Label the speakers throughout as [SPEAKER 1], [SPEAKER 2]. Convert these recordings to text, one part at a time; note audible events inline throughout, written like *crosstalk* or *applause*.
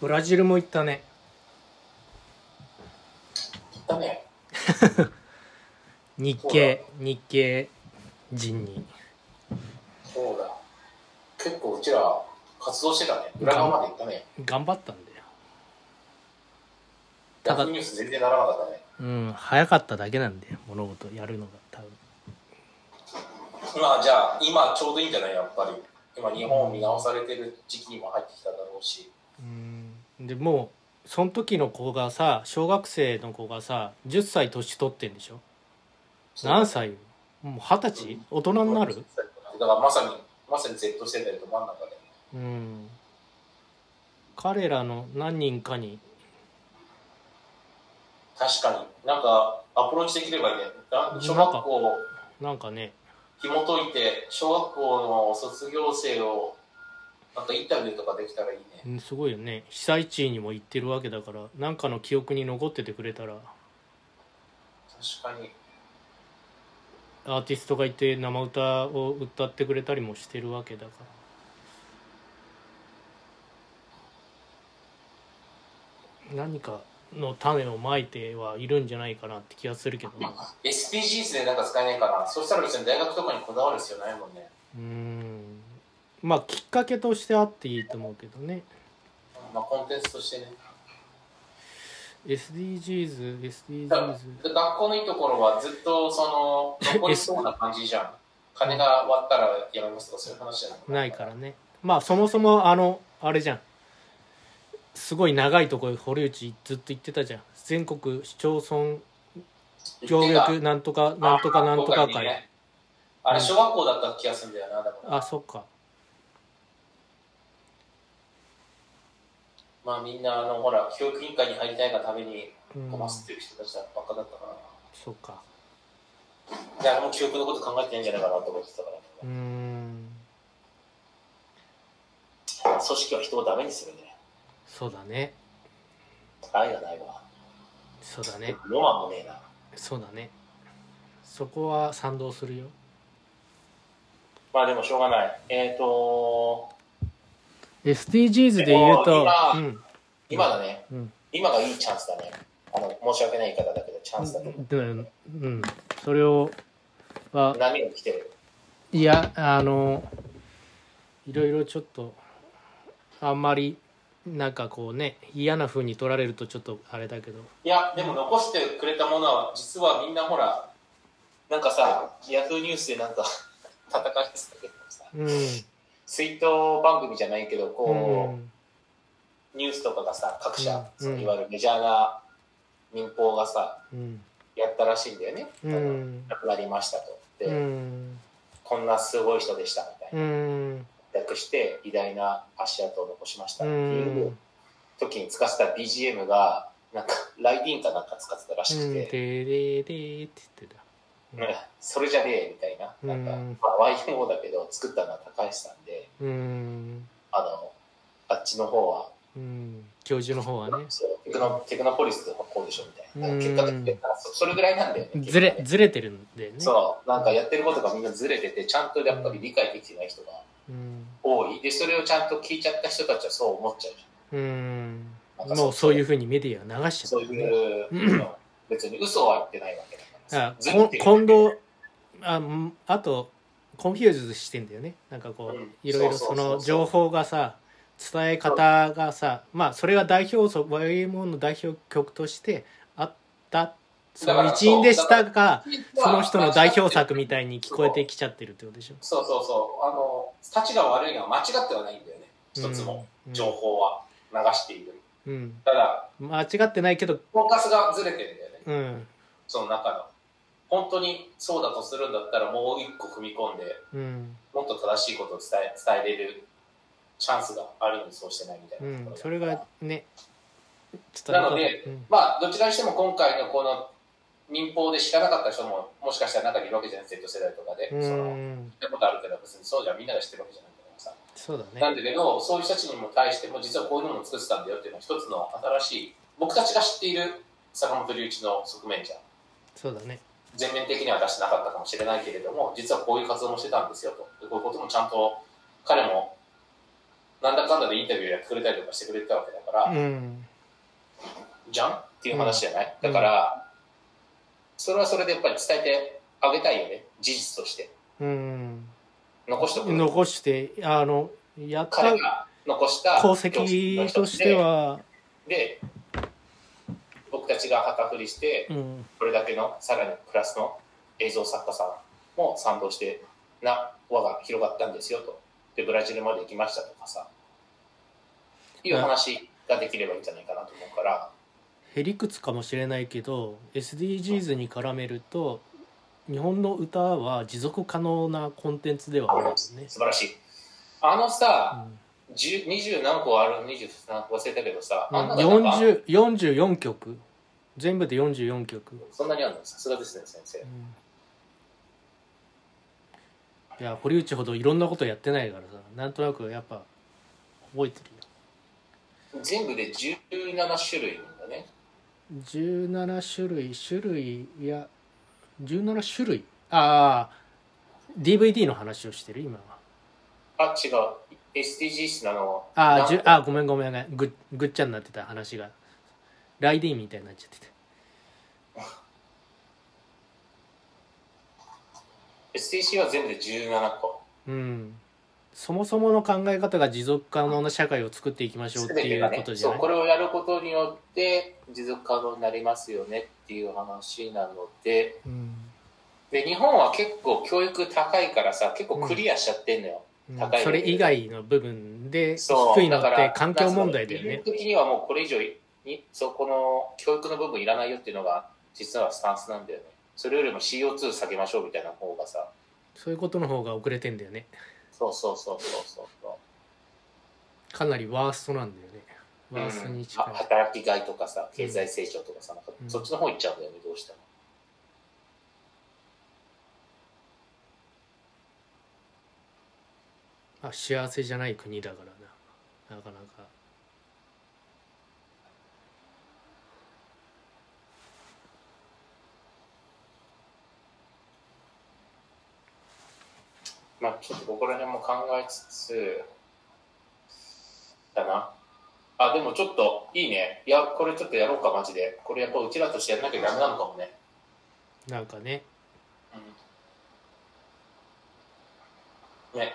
[SPEAKER 1] ブラジルも行ったね
[SPEAKER 2] だね。
[SPEAKER 1] 日系日系人に
[SPEAKER 2] そうだ。結構うちら活動してたね。裏側まで行ったね。
[SPEAKER 1] 頑張ったんだよた
[SPEAKER 2] ヤ
[SPEAKER 1] だ
[SPEAKER 2] フーニュース全然ならなかったね。
[SPEAKER 1] うん早かっただけなんだよ物事やるのが多分
[SPEAKER 2] まあじゃあ今ちょうどいいんじゃないやっぱり。今日本を見直されてる時期にも入ってきただろうし。
[SPEAKER 1] うんでもうその時の子がさ小学生の子がさ10歳年取ってんでしょ何歳もう二十歳大人になる
[SPEAKER 2] だからまさに、まさに Z 世代と真ん中で。
[SPEAKER 1] うん彼らの何人かに
[SPEAKER 2] 確かになんかアプローチできればいいね。な小学校
[SPEAKER 1] なんかね
[SPEAKER 2] 紐解いて、小学校の卒業生をなんかインタビューとかできたらいいね。
[SPEAKER 1] うんすごいよね被災地にも行ってるわけだからなんかの記憶に残っててくれたら
[SPEAKER 2] 確かに。
[SPEAKER 1] アーティストがいて生歌を歌ってくれたりもしてるわけだから何かの種をまいてはいるんじゃないかなって気がするけどね
[SPEAKER 2] SDGs でなんか使えないかなそしたら別に大学とかにこだわる必要ないもんね
[SPEAKER 1] うーんまあきっかけとしてあっていいと思うけどね
[SPEAKER 2] まあコンテンツとしてね
[SPEAKER 1] SDGs、
[SPEAKER 2] だから
[SPEAKER 1] SDGs
[SPEAKER 2] 学校のいいところはずっとその残りそうな感じじゃん金が終わったらやめますとかそういう話じゃない
[SPEAKER 1] ないからねまあそもそもあのあれじゃんすごい長いところ堀内ずっと行ってたじゃん全国市町村協力なんとかなんとかなんとか
[SPEAKER 2] あ今回
[SPEAKER 1] 会、
[SPEAKER 2] ねあれ
[SPEAKER 1] うん
[SPEAKER 2] 小学校だった気がするんだよなだから
[SPEAKER 1] あそっか
[SPEAKER 2] まあみんなあのほら教育委員会に入りたいがために
[SPEAKER 1] うん
[SPEAKER 2] 飛ますっていう人たちばっかだったか
[SPEAKER 1] そっから
[SPEAKER 2] であれも教育のこと考えてないんじゃないかなと思ってたから
[SPEAKER 1] うーん
[SPEAKER 2] 組織は人をダメにするね
[SPEAKER 1] そうだね
[SPEAKER 2] 愛がないわ
[SPEAKER 1] そうだね
[SPEAKER 2] ロマンもねえな
[SPEAKER 1] そうだねそこは賛同するよ
[SPEAKER 2] まあでもしょうがない。えっ、と
[SPEAKER 1] SDGs で言う
[SPEAKER 2] でも
[SPEAKER 1] と
[SPEAKER 2] 今
[SPEAKER 1] うん
[SPEAKER 2] 今だね、
[SPEAKER 1] うん
[SPEAKER 2] 今がいいチャンスだね。あの、申し訳ない言い方だけど、チャンスだけど、
[SPEAKER 1] でもうんそれをは
[SPEAKER 2] 波が来てる。
[SPEAKER 1] いやあのいろいろちょっとあんまりなんかこうね嫌な風に取られるとちょっとあれだけど
[SPEAKER 2] いや、でも残してくれたものは、実はみんなほら、なんかさ、ヤフーニュースでなんか、 *laughs* 戦いですけどさ、
[SPEAKER 1] うん、
[SPEAKER 2] 水筒番組じゃないけど、
[SPEAKER 1] う
[SPEAKER 2] こ
[SPEAKER 1] ん、
[SPEAKER 2] う、ニュースとかがさ、各社、
[SPEAKER 1] うん
[SPEAKER 2] そのいわゆるメジャーな民放がさ、
[SPEAKER 1] うん
[SPEAKER 2] やったらしいんだよね。
[SPEAKER 1] うん
[SPEAKER 2] 亡くなりましたと。で、
[SPEAKER 1] うん
[SPEAKER 2] こんなすごい人でしたみたいな。
[SPEAKER 1] うん
[SPEAKER 2] 略して偉大な足跡を残しました
[SPEAKER 1] う
[SPEAKER 2] っていうん時に使ってた BGM がなんかライディーンかなんか使ってたらしく
[SPEAKER 1] で
[SPEAKER 2] て、
[SPEAKER 1] ででって言ってた
[SPEAKER 2] うんそれじゃねえみたいななんか、
[SPEAKER 1] うん
[SPEAKER 2] まあ、YMO だけど作ったのは高橋さんで
[SPEAKER 1] うん
[SPEAKER 2] あのあっちの方は、
[SPEAKER 1] うん教授の方はね
[SPEAKER 2] そうテクノテクノポリスとかこうでしょみたいな、
[SPEAKER 1] うん
[SPEAKER 2] 結果的にそそれぐらいなんだよね結
[SPEAKER 1] ず
[SPEAKER 2] 果ね
[SPEAKER 1] れずれてるんだよね
[SPEAKER 2] そうなんかやってることがみんなずれててちゃんとやっぱり理解できてない人が
[SPEAKER 1] うん
[SPEAKER 2] 多いでそれをちゃんと聞いちゃった人たちはそう思っちゃうじゃん
[SPEAKER 1] うん
[SPEAKER 2] なんか
[SPEAKER 1] もうそういう風にメディアが流しちゃ
[SPEAKER 2] そう
[SPEAKER 1] ったね
[SPEAKER 2] いう、別に嘘は言ってないわけだから
[SPEAKER 1] あ
[SPEAKER 2] さ。ずっ
[SPEAKER 1] こん
[SPEAKER 2] と言って
[SPEAKER 1] 今度あんあとコンフューズしてんだよねなんかこう、
[SPEAKER 2] うん
[SPEAKER 1] いろいろ
[SPEAKER 2] そ
[SPEAKER 1] そう
[SPEAKER 2] そうそうそう
[SPEAKER 1] の情報がさ伝え方がさまあそれが代表そ YMO の代表曲としてあったその一員でしたがその人の代表作みたいに聞こえてきちゃってるってことでしょ
[SPEAKER 2] そうそうそう。あの、立ちが悪いのは間違ってはないんだよね。一つも、
[SPEAKER 1] うん
[SPEAKER 2] 情報は流している。
[SPEAKER 1] うん、
[SPEAKER 2] ただ、
[SPEAKER 1] 間違ってないけど
[SPEAKER 2] フォーカスがずれてるんだよね。
[SPEAKER 1] うん
[SPEAKER 2] その中の。本当にそうだとするんだったら、もう一個踏み込んで、
[SPEAKER 1] うん
[SPEAKER 2] もっと正しいことを伝え伝えれるチャンスがあるのにそうしてないみたいうなところ
[SPEAKER 1] ん
[SPEAKER 2] が
[SPEAKER 1] それがねちょっと
[SPEAKER 2] なので、
[SPEAKER 1] うん
[SPEAKER 2] まあ、どちらにしても今回のこの民放で知らなかった人も、もしかしたら中にいるわけじゃない、Z 世代とかで、
[SPEAKER 1] う
[SPEAKER 2] その、聞い
[SPEAKER 1] ん
[SPEAKER 2] たことあるけど、別にそうじゃみんなが知ってるわけじゃないからさ。
[SPEAKER 1] そうだ
[SPEAKER 2] な
[SPEAKER 1] ね
[SPEAKER 2] んだけど、そういう人たちにも対しても、実はこういうのも作ってたんだよっていうのは、一つの新しい、僕たちが知っている坂本龍一の側面じゃん。
[SPEAKER 1] そうだね
[SPEAKER 2] 全面的には出してなかったかもしれないけれども、実はこういう活動もしてたんですよと。でこういうこともちゃんと、彼もなんだかんだでインタビューやってくれたりとかしてくれてたわけだから、
[SPEAKER 1] うん
[SPEAKER 2] じゃんっていう話じゃない、だから、それはそれでやっぱり伝えてあげたいよね、事実として。
[SPEAKER 1] うん
[SPEAKER 2] 残しておく。
[SPEAKER 1] 残してあのやった
[SPEAKER 2] 彼が残した
[SPEAKER 1] 功績としては
[SPEAKER 2] で僕たちが旗振りして
[SPEAKER 1] うん
[SPEAKER 2] これだけのさらにプラスの映像作家さんも賛同してな輪が広がったんですよとでブラジルまで行きましたとかさいう話ができればいいんじゃないかなと思うから
[SPEAKER 1] へりくつかもしれないけど SDGs に絡めると日本の歌は持続可能なコンテンツではあるんですね。
[SPEAKER 2] 素晴らしいあのさ
[SPEAKER 1] うん
[SPEAKER 2] 10 20何個ある20何個忘れたけどさあんなの中
[SPEAKER 1] 40 44曲全部で44曲、
[SPEAKER 2] そんなにあるのさすがですね先生
[SPEAKER 1] うんいや堀内ほどいろんなことやってないからさなんとなくやっぱ覚えてるよ
[SPEAKER 2] 全部で17種類なんだね
[SPEAKER 1] 17種類種類いや17種類ああ DVD の話をしてる今は
[SPEAKER 2] あ違う SDGs なの
[SPEAKER 1] あ
[SPEAKER 2] な
[SPEAKER 1] あ
[SPEAKER 2] ん
[SPEAKER 1] じゅあーごめんごめんごめんぐぐっちゃになってた話がライディーンみたいになっちゃってて
[SPEAKER 2] SDC は全部で17個
[SPEAKER 1] うんそもそもの考え方が持続可能な社会を作っていきましょうっていうことじゃ
[SPEAKER 2] そ
[SPEAKER 1] な
[SPEAKER 2] う
[SPEAKER 1] い
[SPEAKER 2] これをやることによって持続可能になりますよねっていう話なので
[SPEAKER 1] うん
[SPEAKER 2] で日本は結構教育高いからさ結構クリアしちゃってんのよ、
[SPEAKER 1] うん
[SPEAKER 2] 高い
[SPEAKER 1] それ以外の部分で
[SPEAKER 2] そう
[SPEAKER 1] 低いのっ
[SPEAKER 2] だから
[SPEAKER 1] て環境問題だよ
[SPEAKER 2] だ
[SPEAKER 1] ね
[SPEAKER 2] からその理念的にはもうこれ以上にそこの教育の部分いらないよっていうのが実はスタンスなんだよねそれよりも CO2 下げましょうみたいな方がさ
[SPEAKER 1] そういうことの方が遅れてんだよね
[SPEAKER 2] そうそうそうそうそうそう
[SPEAKER 1] かなりワーストなんだよね
[SPEAKER 2] うん
[SPEAKER 1] ワーストに近い、
[SPEAKER 2] は働きがいとかさ経済成長とかさ、なんか
[SPEAKER 1] うん
[SPEAKER 2] そっちの方行っちゃうんだよねどうしても
[SPEAKER 1] あ幸せじゃない国だからななかなか
[SPEAKER 2] まあちょっとここら辺も考えつつだなあでもちょっといいねいやこれちょっとやろうかマジでこれやっぱうちらとしてやんなきゃダメなのかもね、
[SPEAKER 1] なんかね
[SPEAKER 2] うん、ね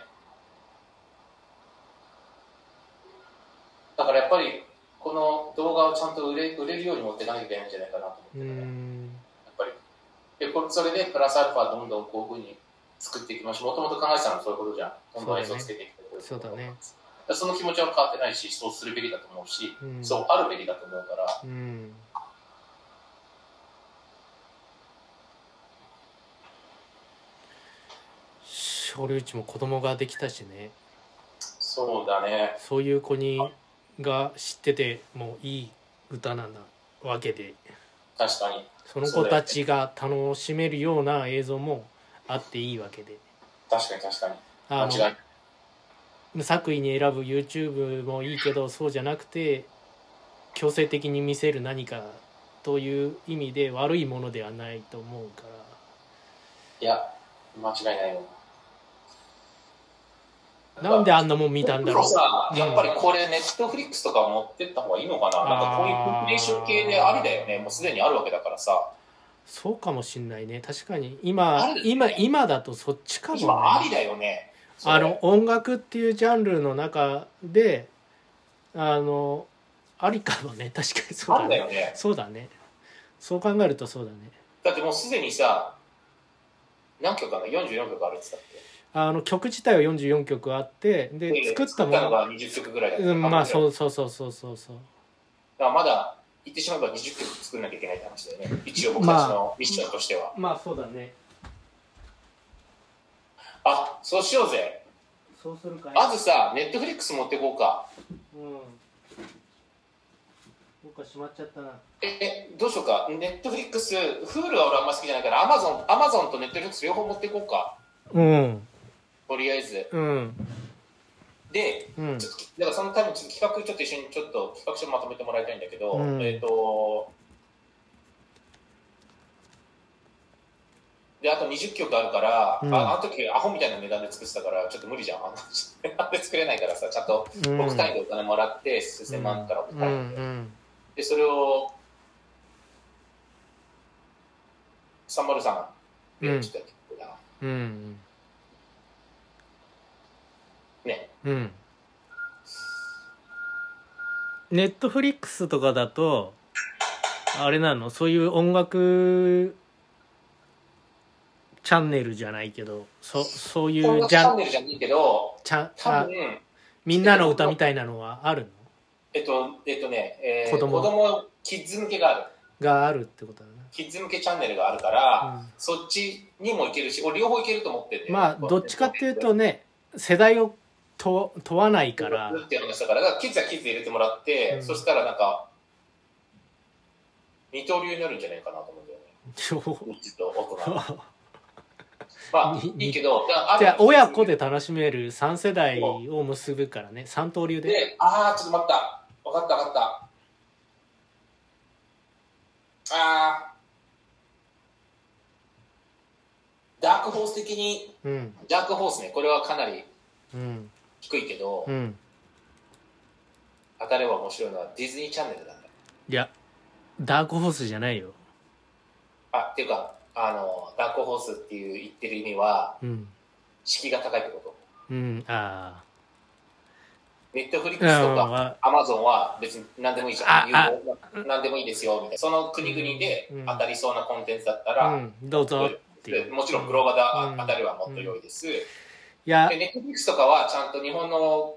[SPEAKER 2] だからやっぱりこの動画をちゃんと売れ売れるように持っていかなきゃいけないんじゃないかなと
[SPEAKER 1] う
[SPEAKER 2] 思
[SPEAKER 1] ー
[SPEAKER 2] って、ね
[SPEAKER 1] ん
[SPEAKER 2] やっぱりでこれそれでプラスアルファどんどんこういうふうに作っていきましょうもともと考えてたのはそういうことじゃんどんどん演奏つけていくってこと
[SPEAKER 1] そうだね
[SPEAKER 2] でその気持ちは変わってないしそうするべきだと思うし、
[SPEAKER 1] うん
[SPEAKER 2] そうあるべきだと思うから
[SPEAKER 1] うん堀内も子供ができたしね
[SPEAKER 2] そうだね
[SPEAKER 1] そういう子にが知っててもいい歌なんだわけで
[SPEAKER 2] 確かに
[SPEAKER 1] その子たちが楽しめるような映像もあっていいわけで
[SPEAKER 2] 確かに確かに
[SPEAKER 1] あ
[SPEAKER 2] 間違い
[SPEAKER 1] の無作為に選ぶ YouTube もいいけどそうじゃなくて強制的に見せる何かという意味で悪いものではないと思うから
[SPEAKER 2] いや間違いないよ
[SPEAKER 1] なんであんなもん見たんだろう
[SPEAKER 2] さやっぱりこれネットフリックスとか持ってった方がいいのかななんかこういうコンプレーション系でありだよねもうすでにあるわけだからさ
[SPEAKER 1] そうかもしんないね確かに今
[SPEAKER 2] あるよ
[SPEAKER 1] 今
[SPEAKER 2] ね
[SPEAKER 1] 今だとそっちかも、ね、
[SPEAKER 2] 今ありだよねそれ
[SPEAKER 1] あの音楽っていうジャンルの中であのありかもね確かにそう
[SPEAKER 2] あ
[SPEAKER 1] だ
[SPEAKER 2] るだ
[SPEAKER 1] ね
[SPEAKER 2] よね
[SPEAKER 1] そうだねそう考えるとそうだね
[SPEAKER 2] だってもうすでにさ何曲かな44曲あるって言って
[SPEAKER 1] あの曲自体は44曲あって
[SPEAKER 2] たっ
[SPEAKER 1] で
[SPEAKER 2] け
[SPEAKER 1] 作ったも
[SPEAKER 2] の
[SPEAKER 1] の
[SPEAKER 2] が20曲ぐらいだった
[SPEAKER 1] うんまあそううそうそうそうそうそう
[SPEAKER 2] だからまだ言ってしまえば20曲作んなきゃいけないって話だよね一応僕たちのミッションとしては、
[SPEAKER 1] まあそうだね
[SPEAKER 2] あそうしようぜ
[SPEAKER 1] そうするかい
[SPEAKER 2] まずさネットフリックス持ってこうか
[SPEAKER 1] うんどっか閉まっちゃったな
[SPEAKER 2] えどうしようかネットフリックス Hulu は俺あんま好きじゃないからアマゾンアマゾンとネットフリックス両方持ってこうか
[SPEAKER 1] うん
[SPEAKER 2] とりあえず
[SPEAKER 1] うん
[SPEAKER 2] で
[SPEAKER 1] うん
[SPEAKER 2] ちょっとだからそのためにちょっと企画ちょっと一緒にちょっと企画書まとめてもらいたいんだけど、
[SPEAKER 1] うん
[SPEAKER 2] えっ、とであと20曲あるから、
[SPEAKER 1] うん
[SPEAKER 2] ああの時アホみたいな値段で作ってたからちょっと無理じゃんあんな値段で作れないからさちゃんと
[SPEAKER 1] うん
[SPEAKER 2] 億単位でお金もらって数千万から億
[SPEAKER 1] うんう
[SPEAKER 2] 単位で,、
[SPEAKER 1] ん
[SPEAKER 2] でそれを303
[SPEAKER 1] う
[SPEAKER 2] で
[SPEAKER 1] ん
[SPEAKER 2] ちょっとやってくれたな、
[SPEAKER 1] うん
[SPEAKER 2] ね
[SPEAKER 1] うんネットフリックスとかだとあれなのそういう音楽チャンネルじゃないけどそそういう
[SPEAKER 2] 音楽
[SPEAKER 1] じ
[SPEAKER 2] チ
[SPEAKER 1] ゃ
[SPEAKER 2] ャン
[SPEAKER 1] ん
[SPEAKER 2] ネルじゃないけど
[SPEAKER 1] ちゃん
[SPEAKER 2] 多
[SPEAKER 1] あ
[SPEAKER 2] 分
[SPEAKER 1] みんなの歌みたいなのはあるの
[SPEAKER 2] えっとえっとね、えー
[SPEAKER 1] 子
[SPEAKER 2] 子
[SPEAKER 1] 供
[SPEAKER 2] 供キッズ向けがある
[SPEAKER 1] があるってことだ
[SPEAKER 2] キッズ向けチャンネルがあるから、
[SPEAKER 1] な、うん
[SPEAKER 2] そっちにもいけるし俺両方いけると思ってて
[SPEAKER 1] まあどっちかっていうとね世代を問問わないから
[SPEAKER 2] *laughs* っていう話だから、だからキッズはキッズで入れてもらって、
[SPEAKER 1] うん
[SPEAKER 2] そしたらなんか、二刀流になるんじゃないかなと思うんだよね。
[SPEAKER 1] *laughs*
[SPEAKER 2] うちと大人。まあ、いいけど、だから
[SPEAKER 1] じゃあ親子。で楽しめる3世代を結ぶからね3刀流で
[SPEAKER 2] で、あー、ちょっと待った。分かった分かった。あー。ダークホース的に、
[SPEAKER 1] うん
[SPEAKER 2] ダークホースね、これはかなり
[SPEAKER 1] うん
[SPEAKER 2] 低いけど、
[SPEAKER 1] うん
[SPEAKER 2] 当たれば面白いのはディズニーチャンネルなんだ。
[SPEAKER 1] いやダークホースじゃないよ
[SPEAKER 2] あ、っていうか、あの、ダークホースっていう言ってる意味は、
[SPEAKER 1] うん
[SPEAKER 2] 敷居が高いってこと。
[SPEAKER 1] うんあ
[SPEAKER 2] ネットフリッ
[SPEAKER 1] あ
[SPEAKER 2] クスとか、
[SPEAKER 1] あ
[SPEAKER 2] アマゾンは別に何でもいいじゃん。
[SPEAKER 1] あ
[SPEAKER 2] 有料何でもいいですよ、みたいな。その国々で
[SPEAKER 1] うん
[SPEAKER 2] 当たりそうなコンテンツだったら、
[SPEAKER 1] うんどうぞってい
[SPEAKER 2] で
[SPEAKER 1] う
[SPEAKER 2] もちろんグローバルだ、
[SPEAKER 1] うん
[SPEAKER 2] 当たりはもっと良いです。で
[SPEAKER 1] いや
[SPEAKER 2] ネットフリックスとかはちゃんと日本の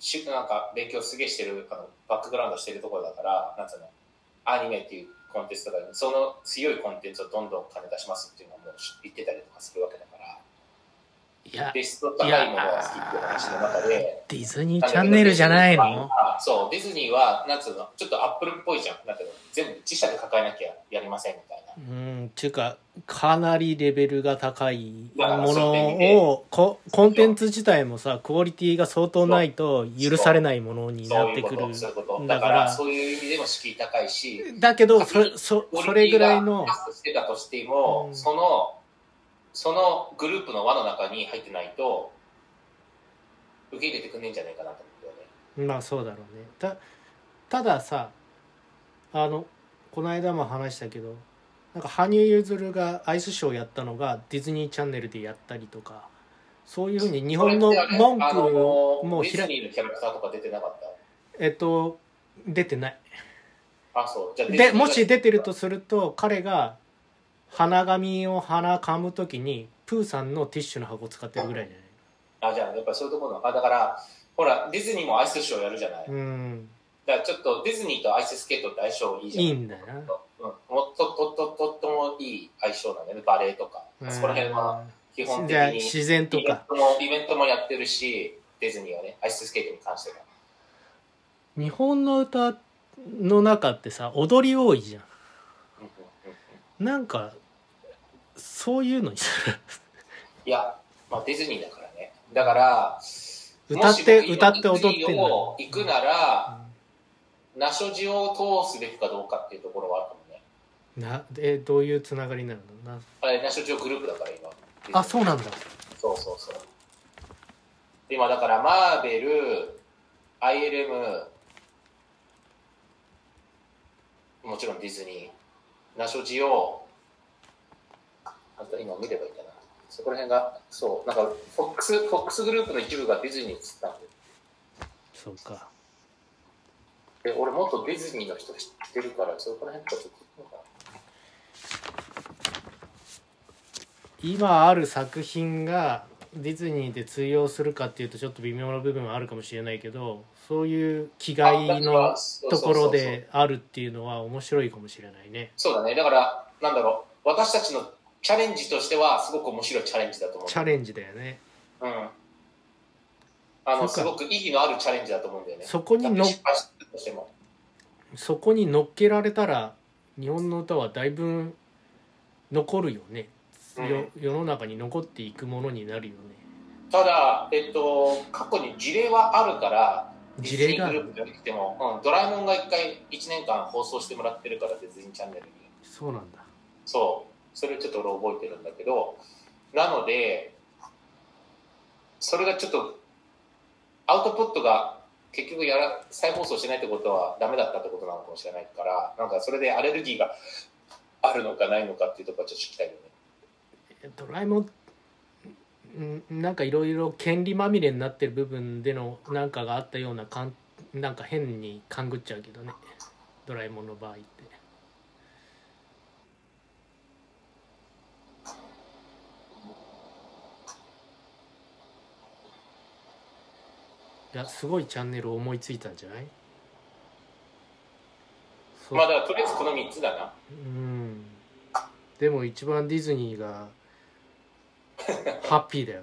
[SPEAKER 2] しなんか勉強すげえしてるあのバックグラウンドしてるところだからなんつうのアニメっていうコンテンツとかその強いコンテンツをどんどん金出しますっていうのはもう言ってたりとかするわけだから
[SPEAKER 1] いや
[SPEAKER 2] ベスト高いものが好きっていう話の中で。
[SPEAKER 1] ディズニーチャンネルじゃないの
[SPEAKER 2] あそう、ディズニーは、なんつうの、ちょっとアップルっぽいじゃん。なんていうの全部自社で抱えなきゃやりませんみたいな。
[SPEAKER 1] うんっていうかかなりレベルが高い
[SPEAKER 2] だから
[SPEAKER 1] も
[SPEAKER 2] そういう意味
[SPEAKER 1] の
[SPEAKER 2] で
[SPEAKER 1] をこコンテンツ自体もさクオリティが相当ないと許されないものに
[SPEAKER 2] そう
[SPEAKER 1] なっ
[SPEAKER 2] い
[SPEAKER 1] て
[SPEAKER 2] うこ
[SPEAKER 1] くる
[SPEAKER 2] と、そういうこと。
[SPEAKER 1] だ
[SPEAKER 2] だ
[SPEAKER 1] か
[SPEAKER 2] から、
[SPEAKER 1] ら
[SPEAKER 2] そういう意味でも敷居高いし、
[SPEAKER 1] だけどそそそれぐらいの
[SPEAKER 2] クオリティがパスしてたとしても、
[SPEAKER 1] うん
[SPEAKER 2] その、そのグループの輪の中に入ってないと、受け入れてくんねえんじゃないかなと思うんだよね。
[SPEAKER 1] まあそうだろうねたたださあのこの間も話したけどなんか羽生結弦がアイスショーやったのがディズニーチャンネルでやったりとかそういうふうに日本の
[SPEAKER 2] これってあれ
[SPEAKER 1] 文
[SPEAKER 2] あの
[SPEAKER 1] 句をもう
[SPEAKER 2] ディズ
[SPEAKER 1] 開い
[SPEAKER 2] ニーのキャラクターとか出てなかっ
[SPEAKER 1] えっと出てない
[SPEAKER 2] た。あ、そう。じゃあ
[SPEAKER 1] でもし出てる、
[SPEAKER 2] ディズニーが
[SPEAKER 1] とすると彼が花紙を鼻噛む時にプーさんのティッシュの箱使ってるぐらいじゃない
[SPEAKER 2] あ、じゃあ、やっぱりそういうところの、あ、だから、ほら、ディズニーもアイスショーやるじゃない。
[SPEAKER 1] うん
[SPEAKER 2] だからちょっとディズニーとアイススケートって相性いいじゃん。
[SPEAKER 1] いいんだよな
[SPEAKER 2] うん、もっととととってもいい相性なんだよね、バレエとか。
[SPEAKER 1] うん
[SPEAKER 2] そこら辺は基本
[SPEAKER 1] じ
[SPEAKER 2] 的
[SPEAKER 1] ゃあ
[SPEAKER 2] に
[SPEAKER 1] 自然と
[SPEAKER 2] イベン
[SPEAKER 1] か
[SPEAKER 2] トもイベントもやってるし、ディズニーはね、アイススケートに関しては。
[SPEAKER 1] 日本の歌の中ってさ踊り多いじゃん
[SPEAKER 2] うんうんうん
[SPEAKER 1] なんかそういうのにする
[SPEAKER 2] いや、まあ、ディズニーだからね。だから、
[SPEAKER 1] 歌って
[SPEAKER 2] もし僕
[SPEAKER 1] 歌って踊ってんだよ
[SPEAKER 2] ディズニーを行くなら、ナショジを通すべきかどうかっていうところはあるかもね。
[SPEAKER 1] *laughs* なえどういうつながりになるのな
[SPEAKER 2] あれナショジオグループだから今。
[SPEAKER 1] あそうなんだ
[SPEAKER 2] そうそうそう。で今だから、マーベル、ILM、もちろんディズニー、ナショジオ、あと今見ればいいかな。そこら辺が、そう、なんか、フォックス、フォックスグループの一部がディズニーに移ったん
[SPEAKER 1] そうか
[SPEAKER 2] で、で俺もっとディズニーの人知ってるから、そこら辺とかちょっとどうかな
[SPEAKER 1] 今ある作品がディズニーで通用するかっていうとちょっと微妙な部分はあるかもしれないけどそういう気概のところであるっていうのは面白いかもしれないね
[SPEAKER 2] そうだね。だから、なんだろう、私たちのチャレンジとしては、すごく面白いチャレンジだと思う
[SPEAKER 1] チ。ャレンジだよね
[SPEAKER 2] うんあ
[SPEAKER 1] そう
[SPEAKER 2] の
[SPEAKER 1] か
[SPEAKER 2] すごく意義のあるチャレンジだと思うんだよね。
[SPEAKER 1] そこに
[SPEAKER 2] だって
[SPEAKER 1] の
[SPEAKER 2] 失敗したとしても
[SPEAKER 1] そこに乗っけられたら日本の歌はだいぶ残るよね、よ世の中に残っていくものになるよね
[SPEAKER 2] ただ、えっと、過去に事例はあるから、
[SPEAKER 1] 事例があ
[SPEAKER 2] デ
[SPEAKER 1] る
[SPEAKER 2] ィズニーグループじゃなくても、うん、ドラえもんが一回1年間放送してもらってるから、ディズニーチャンネルに。
[SPEAKER 1] そうなんだ
[SPEAKER 2] そう。それをちょっと俺覚えてるんだけどなのでそれがちょっとアウトプットが結局やら再放送してないってことはダメだったってことなのかもしれないからなんかそれでアレルギーがあるのかないのかっていうところはちょっと聞きたいよね。
[SPEAKER 1] ドラえもんんなんかいろいろ権利まみれになってる部分でのなんかがあったようなかんなんか変に勘ぐっちゃうけどねドラえもんの場合っていやすごいチャンネルを思いついたんじゃないそう
[SPEAKER 2] まあだからとりあえずこの3つだな。
[SPEAKER 1] うんでも一番ディズニーがハッピーだよ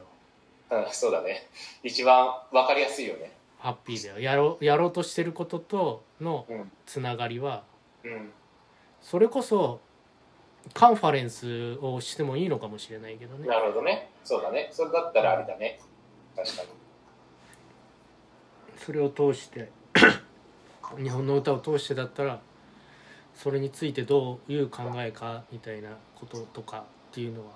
[SPEAKER 2] うん、そうだね。一番わかりやすいよね。
[SPEAKER 1] ハッピーだよやろうやろうとしてることとの
[SPEAKER 2] うん。
[SPEAKER 1] つながりは
[SPEAKER 2] うん。
[SPEAKER 1] それこそカンファレンスをしてもいいのかもしれないけどね
[SPEAKER 2] なるほどね。そうだね。それだったらあれだね。確かに。
[SPEAKER 1] それを通して *coughs* 日本の歌を通してだったらそれについてどういう考えかみたいなこととかっていうのは